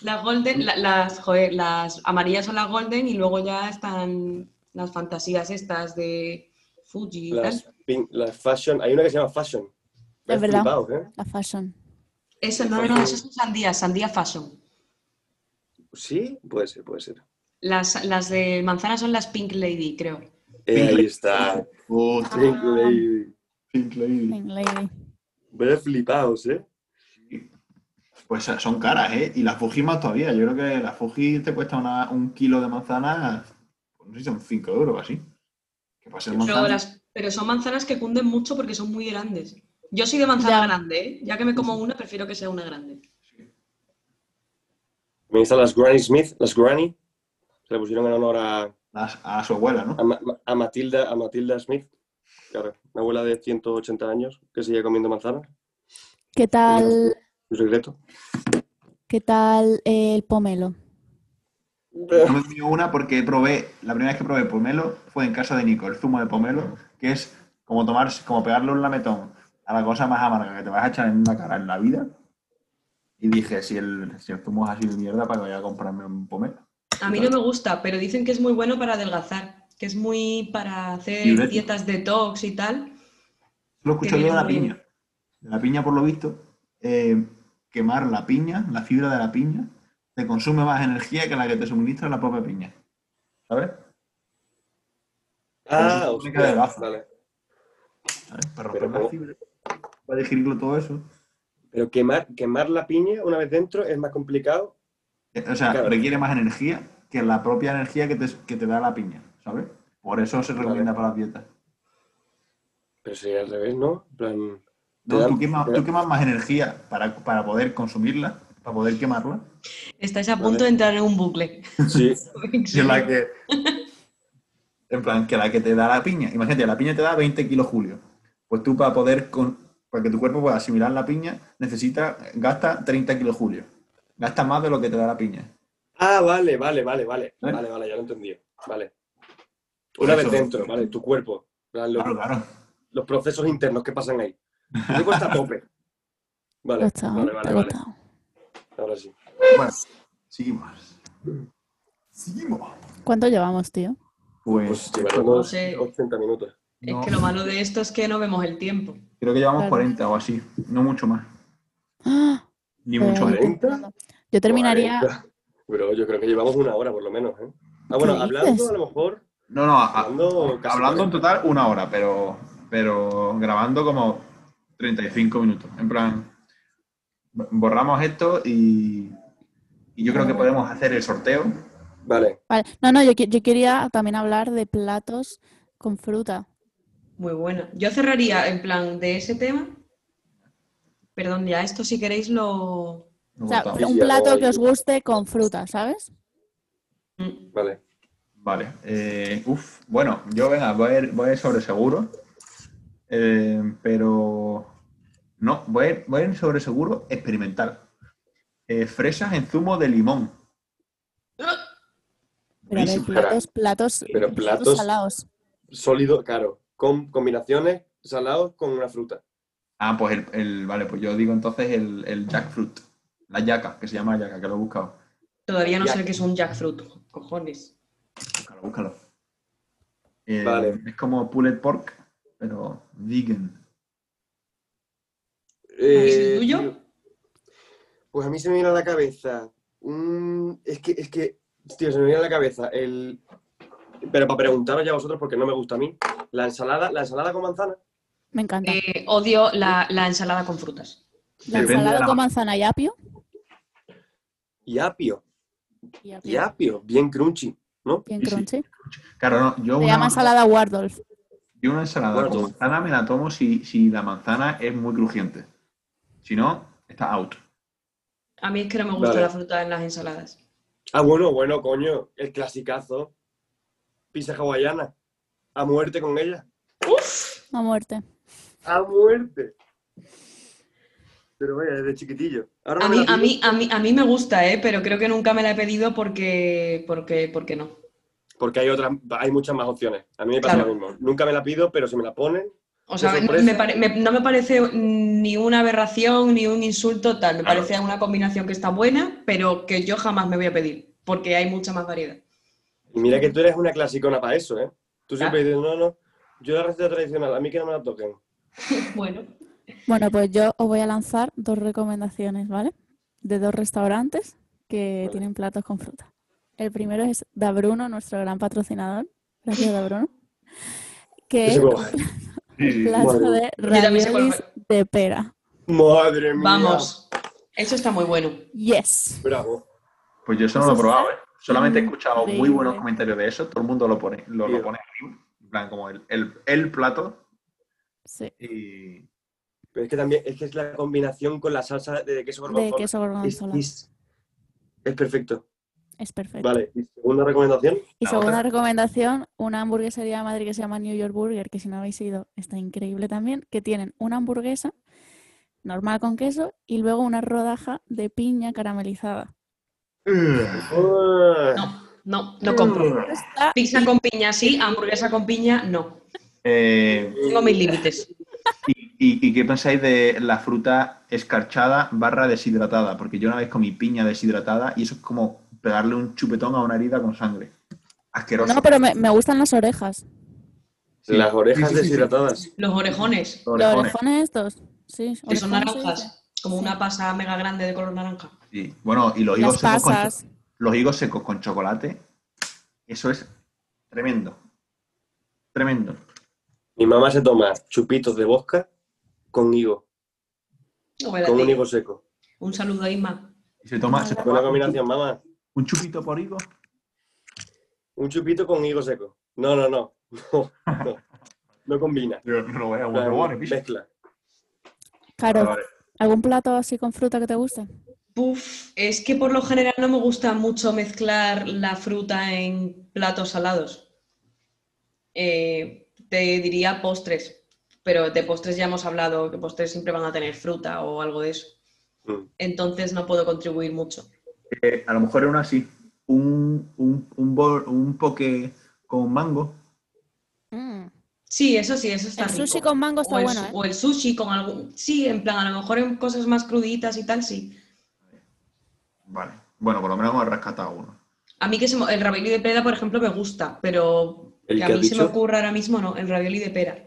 Speaker 6: Las golden, la- las, joder, las amarillas son las golden y luego ya están las fantasías estas de Fuji y tal.
Speaker 2: Las, pin- las fashion. Hay una que se llama fashion.
Speaker 7: Es
Speaker 2: He
Speaker 7: verdad.
Speaker 2: flipado, ¿eh?
Speaker 7: La fashion.
Speaker 5: Pues
Speaker 6: Eso, no, no, no, eso son sandías, sandía fashion.
Speaker 2: Sí, puede ser, puede ser.
Speaker 6: Las, las de manzana son las Pink Lady, creo.
Speaker 2: Eh,
Speaker 5: Pink
Speaker 2: ahí
Speaker 5: Lady.
Speaker 2: está.
Speaker 5: Hostia,
Speaker 2: Pink Lady.
Speaker 5: Pink Lady.
Speaker 7: Pink Lady.
Speaker 2: Ve flipados, ¿eh?
Speaker 5: Pues eh, son caras, ¿eh? Y las Fuji más todavía. Yo creo que la Fuji te cuesta una- un kilo de manzana, pues no sé si son 5 euros o así. Que para ser
Speaker 6: Pero,
Speaker 5: manzana.
Speaker 6: las- pero son manzanas que cunden mucho porque son muy grandes. Yo soy de manzana
Speaker 7: Ya.
Speaker 6: grande, ¿eh? Ya que me como una, prefiero que sea una grande.
Speaker 2: Me están las Granny Smith, las Granny. Se le pusieron en honor a,
Speaker 5: Las- a su abuela, ¿no?
Speaker 2: a Ma- a Matilda, a Matilda Smith. Claro, una abuela de 180 años que sigue comiendo manzanas.
Speaker 7: ¿Qué tal,
Speaker 2: Un secreto.
Speaker 7: qué tal eh, el pomelo?
Speaker 5: Yo me pido una porque probé, la primera vez que probé pomelo fue en casa de Nico, el zumo de pomelo, que es como tomar, como pegarle un lametón a la cosa más amarga que te vas a echar en una cara en la vida. Y dije, si el, si el zumo es así de mierda, para que vaya a comprarme un pomelo.
Speaker 6: A mí no me gusta, pero dicen que es muy bueno para adelgazar, que es muy para hacer
Speaker 5: Diurético.
Speaker 6: dietas detox y tal.
Speaker 5: Lo escucho
Speaker 6: Que
Speaker 5: yo de
Speaker 6: viene
Speaker 5: la
Speaker 6: muy bien.
Speaker 5: piña. De la piña, por lo visto, eh, quemar la piña, la fibra de la piña, te consume más energía que la que te suministra la propia piña. ¿Sabes?
Speaker 2: Ah,
Speaker 5: Pero eso tiene que
Speaker 2: hostia,
Speaker 5: adelgazar.
Speaker 2: vale.
Speaker 5: ¿Sabes? Para
Speaker 2: Pero
Speaker 5: romper
Speaker 2: como-
Speaker 5: la fibra, para digerirlo todo eso.
Speaker 2: Pero quemar, quemar la piña una vez dentro es más complicado.
Speaker 5: Eh, O sea,
Speaker 2: Claro.
Speaker 5: requiere más energía que la propia energía que te, que te da la piña, ¿sabes? Por eso se recomienda para las dietas.
Speaker 2: Pero sería al revés, ¿no? En plan, te
Speaker 5: No,
Speaker 2: dan-
Speaker 5: tú, quemas,
Speaker 2: te
Speaker 5: tú
Speaker 2: dan-
Speaker 5: quemas más energía para, para poder consumirla, para poder quemarla,
Speaker 6: Estáis a
Speaker 2: Vale.
Speaker 6: punto de entrar en un bucle.
Speaker 2: Sí,
Speaker 5: que la que. En plan, que la que te da la piña. Imagínate, la piña te da 20 kilos julio. Pues tú para poder. Con, para que tu cuerpo pueda asimilar la piña, necesita. Gasta 30 kilos julio. Gasta más de lo que te da la piña.
Speaker 2: Ah, vale, vale, vale, vale.
Speaker 5: ¿Eh?
Speaker 2: Vale, vale, ya lo he entendido. Vale. Una vez
Speaker 5: Eso.
Speaker 2: dentro, vale, tu cuerpo. plan, Los,
Speaker 5: Claro, claro.
Speaker 2: los procesos internos que pasan ahí. Luego está a tope.
Speaker 7: ¿Te
Speaker 2: Vale,
Speaker 7: ha gustado?
Speaker 2: vale,
Speaker 7: ¿Te
Speaker 2: vale,
Speaker 7: ha
Speaker 2: vale.
Speaker 7: gustado?
Speaker 2: Ahora sí.
Speaker 5: Bueno, seguimos. Seguimos.
Speaker 7: ¿Cuánto llevamos, tío?
Speaker 2: Pues
Speaker 5: Pues
Speaker 2: llevaremos
Speaker 6: no sé.
Speaker 2: 80 minutos.
Speaker 5: no,
Speaker 6: Es que lo malo de esto es que no vemos el tiempo.
Speaker 5: creo que llevamos
Speaker 7: Claro.
Speaker 5: 40 o así, no mucho más. Eh,
Speaker 7: ¡Ah!
Speaker 5: Ni
Speaker 7: Pero
Speaker 5: mucho
Speaker 7: ahí
Speaker 5: menos.
Speaker 7: te
Speaker 2: ¿Cuarenta?
Speaker 7: entiendo. Yo terminaría.
Speaker 2: 40. Bro, yo creo que llevamos una hora por lo menos, ¿eh? Ah, bueno,
Speaker 7: ¿Qué
Speaker 2: hablando
Speaker 7: dices?
Speaker 2: a lo mejor.
Speaker 5: No, no, a-
Speaker 2: Hablando, casi
Speaker 5: Ah, hablando
Speaker 2: 40.
Speaker 5: en total una hora, pero, pero grabando como 35 minutos. En plan, b- borramos esto y, y yo creo que podemos hacer el sorteo.
Speaker 2: Vale.
Speaker 7: Vale. No, no, yo, qui- yo quería también hablar de platos con fruta.
Speaker 6: Muy buena. Yo cerraría en plan de ese tema. Perdón, ya esto si queréis lo...
Speaker 5: Lo
Speaker 7: O sea,
Speaker 5: votamos.
Speaker 7: un
Speaker 2: Sí,
Speaker 7: plato
Speaker 2: voy.
Speaker 7: que os guste con fruta, ¿sabes?
Speaker 6: Mm,
Speaker 2: Vale.
Speaker 5: Vale. eh, uf, bueno, yo venga, voy a ir, voy a ir sobre seguro. eh, pero no, voy a, ir, voy a ir sobre seguro experimental. Eh, fresas en zumo de limón.
Speaker 7: Pero a ver,
Speaker 5: Buenísimo.
Speaker 7: platos, platos,
Speaker 2: Pero platos-
Speaker 7: salados.
Speaker 2: Sólido, claro. Con combinaciones salados con una fruta.
Speaker 5: Ah, pues el, el- vale, pues yo digo entonces el, el jackfruit. La yaca, que se llama yaca, que lo he buscado.
Speaker 6: Todavía no
Speaker 2: Ya.
Speaker 6: sé qué es un jackfruit, cojones.
Speaker 5: Búscalo, búscalo. Eh,
Speaker 2: Vale.
Speaker 5: Es como pulled pork, pero vegan.
Speaker 6: ¿Es el
Speaker 2: Eh,
Speaker 6: tuyo?
Speaker 2: tío, Pues a mí se me viene a la cabeza. un- es que, es que, tío, se me viene a la cabeza el. Pero para preguntaros ya a vosotros, porque no me gusta a mí. La ensalada, la ensalada con manzana.
Speaker 7: Me encanta.
Speaker 6: Eh, odio la, la ensalada con frutas.
Speaker 7: la
Speaker 5: depende de
Speaker 7: ensalada
Speaker 5: la-
Speaker 7: con manzana y apio.
Speaker 2: Y apio.
Speaker 7: Y apio.
Speaker 2: Y apio. Bien crunchy, ¿no?
Speaker 7: Bien
Speaker 5: Sí, sí.
Speaker 7: crunchy.
Speaker 5: Claro, no, yo
Speaker 7: Se
Speaker 5: una,
Speaker 7: llama ensalada Wardolf.
Speaker 5: yo una ensalada con
Speaker 2: Gordo.
Speaker 5: manzana me la tomo si, si la manzana es muy crujiente. Si no, está out.
Speaker 6: A mí es que no me gusta
Speaker 2: Vale.
Speaker 6: la fruta en las ensaladas.
Speaker 2: Ah, bueno, bueno, coño. El clasicazo. Pizza hawaiana. A muerte con ella.
Speaker 7: A muerte.
Speaker 2: A muerte. Pero vaya, desde chiquitillo. Ahora
Speaker 6: A
Speaker 2: no me
Speaker 6: mí,
Speaker 2: la
Speaker 6: a
Speaker 2: pido.
Speaker 6: mí, a mí, a mí me gusta, ¿eh? pero creo que nunca me la he pedido porque, porque, porque no.
Speaker 2: Porque hay otras, hay muchas más opciones. A mí me pasa
Speaker 6: Claro.
Speaker 2: lo mismo. Nunca me la pido, pero si me la ponen,
Speaker 6: O sea,
Speaker 2: De
Speaker 6: me-
Speaker 2: sorpresa.
Speaker 6: me pare- me- no me parece ni una aberración ni un insulto tal. Me
Speaker 2: Claro.
Speaker 6: parece una combinación que está buena, pero que yo jamás me voy a pedir, porque hay mucha más variedad.
Speaker 2: Y Mira que tú eres una clasicona para eso, ¿eh? Tú siempre dices, no, no, yo la receta tradicional, a mí que no me la toquen.
Speaker 6: Bueno,
Speaker 7: Bueno, pues yo os voy a lanzar dos recomendaciones, ¿vale? De dos restaurantes que
Speaker 2: Vale.
Speaker 7: tienen platos con fruta. El primero es Da Bruno, nuestro gran patrocinador. Gracias, Da Bruno. Que es
Speaker 2: Ese como,
Speaker 7: un plato
Speaker 2: madre
Speaker 7: de
Speaker 6: Yo también sé cuál
Speaker 7: raviolis de pera.
Speaker 2: Madre mía.
Speaker 6: vamos. Eso está muy bueno.
Speaker 7: Yes.
Speaker 2: Bravo.
Speaker 5: Pues yo eso no lo he
Speaker 7: Eso
Speaker 5: probado, ¿eh? Solamente he
Speaker 7: mm,
Speaker 5: escuchado muy
Speaker 7: increíble.
Speaker 5: buenos comentarios de eso. Todo el mundo lo pone, lo, lo
Speaker 2: Sí.
Speaker 5: pone arriba. En plan, como el, el, el plato.
Speaker 7: Sí.
Speaker 5: Y
Speaker 2: Pero es que también, es que es la combinación con la salsa de queso
Speaker 7: De
Speaker 2: gorgonzola.
Speaker 7: queso
Speaker 2: Es,
Speaker 7: gorgonzola.
Speaker 2: es- es perfecto.
Speaker 7: Es perfecto.
Speaker 2: Vale, ¿y segunda recomendación?
Speaker 7: Y
Speaker 5: La
Speaker 7: segunda
Speaker 5: otra.
Speaker 7: recomendación, una hamburguesería de Madrid que se llama New York Burger, que si no habéis ido está increíble también, que tienen una hamburguesa normal con queso y luego una rodaja de piña caramelizada.
Speaker 2: Ah,
Speaker 6: No, no, no compro.
Speaker 7: Está
Speaker 6: Pizza con piña sí, hamburguesa con piña no.
Speaker 5: Eh,
Speaker 6: Tengo mis límites.
Speaker 5: y, y- y qué pensáis de la fruta escarchada barra deshidratada? Porque yo una vez comí piña deshidratada y eso es como pegarle un chupetón a una herida con sangre. Asqueroso.
Speaker 7: No, pero me, me gustan las orejas.
Speaker 5: Sí.
Speaker 2: Las orejas
Speaker 5: Sí, sí, sí, sí.
Speaker 2: deshidratadas.
Speaker 6: Los orejones,
Speaker 7: Los
Speaker 5: Orejones.
Speaker 7: orejones estos. Sí,
Speaker 6: que son
Speaker 7: orejones, sí,
Speaker 6: naranjas, como una pasa mega grande de color naranja.
Speaker 5: Sí. Bueno, y los
Speaker 7: sí. Las
Speaker 5: higos, secos con,
Speaker 7: pasas.
Speaker 5: los higos secos con chocolate, eso es tremendo. Tremendo.
Speaker 2: Mi mamá se toma chupitos de bosca con higo,
Speaker 6: No voy a
Speaker 2: con un
Speaker 6: decir.
Speaker 2: higo seco.
Speaker 6: Un saludo a Isma.
Speaker 5: Y se toma, se toma
Speaker 2: Buena combinación, mamá.
Speaker 5: un chupito por higo.
Speaker 2: Un chupito con higo seco. No, no, no. No, no, no combina.
Speaker 5: Yo no lo voy a
Speaker 2: Claro,
Speaker 5: bueno, picho.
Speaker 2: mezcla.
Speaker 7: Claro,
Speaker 5: Ah, Vale.
Speaker 7: ¿algún plato así con fruta que te guste?
Speaker 6: Puf, es que por lo general no me gusta mucho mezclar la fruta en platos salados. Eh, te diría postres, pero de postres ya hemos hablado, que postres siempre van a tener fruta o algo de eso.
Speaker 2: Mm.
Speaker 6: Entonces no puedo contribuir mucho.
Speaker 5: Eh, a lo mejor era una así. Un, un, un, bol- un poke con mango.
Speaker 7: Mm,
Speaker 6: Sí, eso sí, eso está
Speaker 7: El sushi
Speaker 6: rico.
Speaker 7: con mango está
Speaker 6: o, el,
Speaker 7: bueno,
Speaker 6: su-
Speaker 7: ¿eh?
Speaker 6: o el sushi con algo. Sí, en plan, a lo mejor en cosas más cruditas y tal, sí.
Speaker 5: Vale. Bueno, por lo menos hemos rescatado uno.
Speaker 6: A mí que se mo- el ravioli de pera, por ejemplo, me gusta, pero
Speaker 2: ¿El
Speaker 6: que a
Speaker 2: que has
Speaker 6: mí se me
Speaker 2: dicho?
Speaker 6: ocurra ahora mismo no, el ravioli de pera.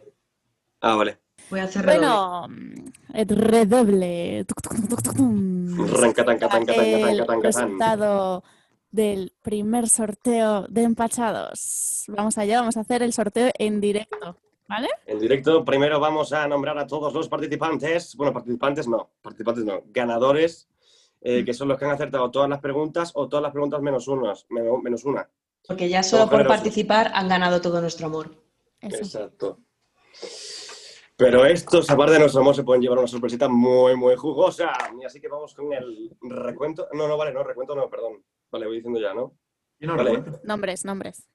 Speaker 2: Ah, vale.
Speaker 6: Voy a hacer redoble.
Speaker 7: Bueno, mm, el redoble. Tuc, tuc, tuc, tuc, tuc, tum.
Speaker 2: Rancatán, catán, catán, catán,
Speaker 7: El
Speaker 2: catán, catán.
Speaker 7: resultado del primer sorteo de empachados. Vamos allá, vamos a hacer el sorteo en directo.
Speaker 2: En directo, primero vamos a nombrar a todos los participantes. Bueno, participantes no, participantes no, ganadores,
Speaker 6: Mm.
Speaker 2: eh, que son los que han acertado todas las preguntas o todas las preguntas menos, unas, menos, menos una.
Speaker 6: Porque ya solo por
Speaker 2: generoso.
Speaker 6: participar han ganado todo nuestro amor.
Speaker 7: Eso.
Speaker 2: Exacto. Pero estos, aparte de nuestro amor, se pueden llevar una sorpresita muy, muy jugosa. Y así que vamos con el recuento. No, no, vale, no, recuento no, perdón. Vale, voy diciendo ya, ¿no?
Speaker 5: Y no
Speaker 2: Vale.
Speaker 5: recuerdo.
Speaker 7: Nombres, nombres.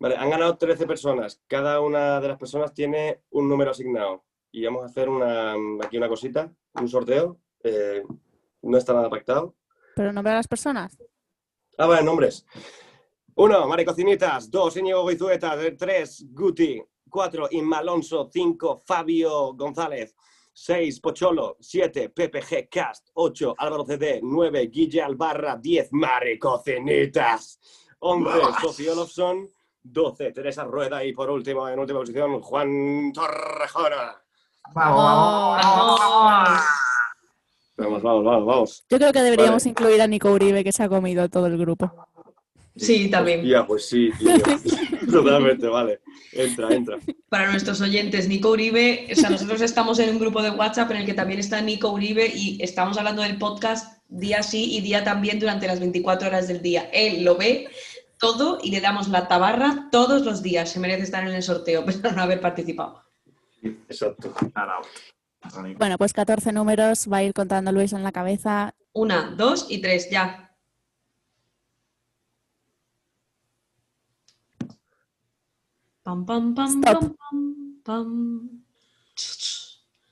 Speaker 2: Vale, han ganado 13 personas. Cada una de las personas tiene un número asignado. Y vamos a hacer una, aquí una cosita, un sorteo. Eh, no está nada pactado.
Speaker 7: Pero nombrar a las personas.
Speaker 2: Ah, vale, nombres. Uno, Mari Cocinitas. Dos, Íñigo Goizueta. Tres, Guti. Cuatro, Inma Alonso. Cinco, Fabio González. Seis, Pocholo. Siete, PPG Cast. Ocho, Álvaro CD. Nueve, Guille Albarra. Diez, Mari Cocinitas. Once, Sofía Olofsson. Doce, Teresa Rueda. Y por último, en última posición, Juan Torrejona.
Speaker 5: Vamos, vamos,
Speaker 6: Oh.
Speaker 5: vamos, vamos.
Speaker 2: Ah. Vamos, vamos, vamos, vamos.
Speaker 7: Yo creo que deberíamos
Speaker 2: Vale.
Speaker 7: incluir a Nico Uribe, que se ha comido a todo el grupo.
Speaker 6: Sí, también.
Speaker 2: Ya, pues sí, tío. Totalmente, vale. Entra, entra.
Speaker 6: Para nuestros oyentes, Nico Uribe, o sea, nosotros estamos en un grupo de WhatsApp en el que también está Nico Uribe y estamos hablando del podcast día sí y día también durante las 24 horas del día. Él lo ve todo y le damos la tabarra todos los días. Se merece estar en el sorteo, pero no haber participado.
Speaker 2: Exacto.
Speaker 5: Ahora, ahora, Nico.
Speaker 7: Bueno, pues 14 números, va a ir contando Luis en la cabeza.
Speaker 6: Una, dos y tres, ya. Pam, pam, pam,
Speaker 7: Stop.
Speaker 6: pam, pam, pam.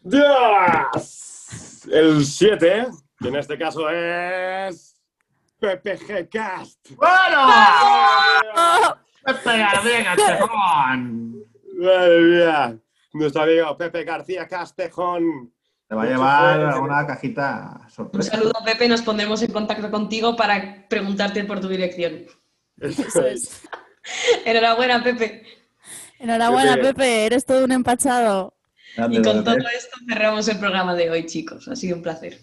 Speaker 2: Yes. El 7, que en este caso es PPG Cast.
Speaker 5: ¡Bueno!
Speaker 7: ¡Oh!
Speaker 6: Este
Speaker 5: ¡Venga, venga, Tejón!
Speaker 2: Madre mía. Nuestro amigo Pepe García Castejón.
Speaker 5: Te va a llevar una cajita
Speaker 6: Un
Speaker 5: sorpresa.
Speaker 6: saludo a Pepe, nos pondremos en contacto contigo para preguntarte por tu dirección.
Speaker 7: Eso es.
Speaker 6: Enhorabuena, Pepe.
Speaker 7: Enhorabuena,
Speaker 2: Pepe.
Speaker 7: Pepe, eres todo un empachado.
Speaker 5: Grande,
Speaker 6: Y con
Speaker 5: grande.
Speaker 6: todo esto cerramos el programa de hoy, chicos. Ha sido un placer.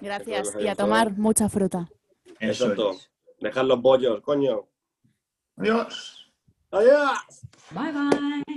Speaker 7: Gracias.
Speaker 2: Espero que os
Speaker 7: Y
Speaker 2: haya
Speaker 7: a tomar mucha fruta.
Speaker 5: Eso
Speaker 2: Exacto.
Speaker 5: es.
Speaker 2: Dejad los bollos, coño.
Speaker 5: Adiós.
Speaker 2: Adiós.
Speaker 6: Bye, bye.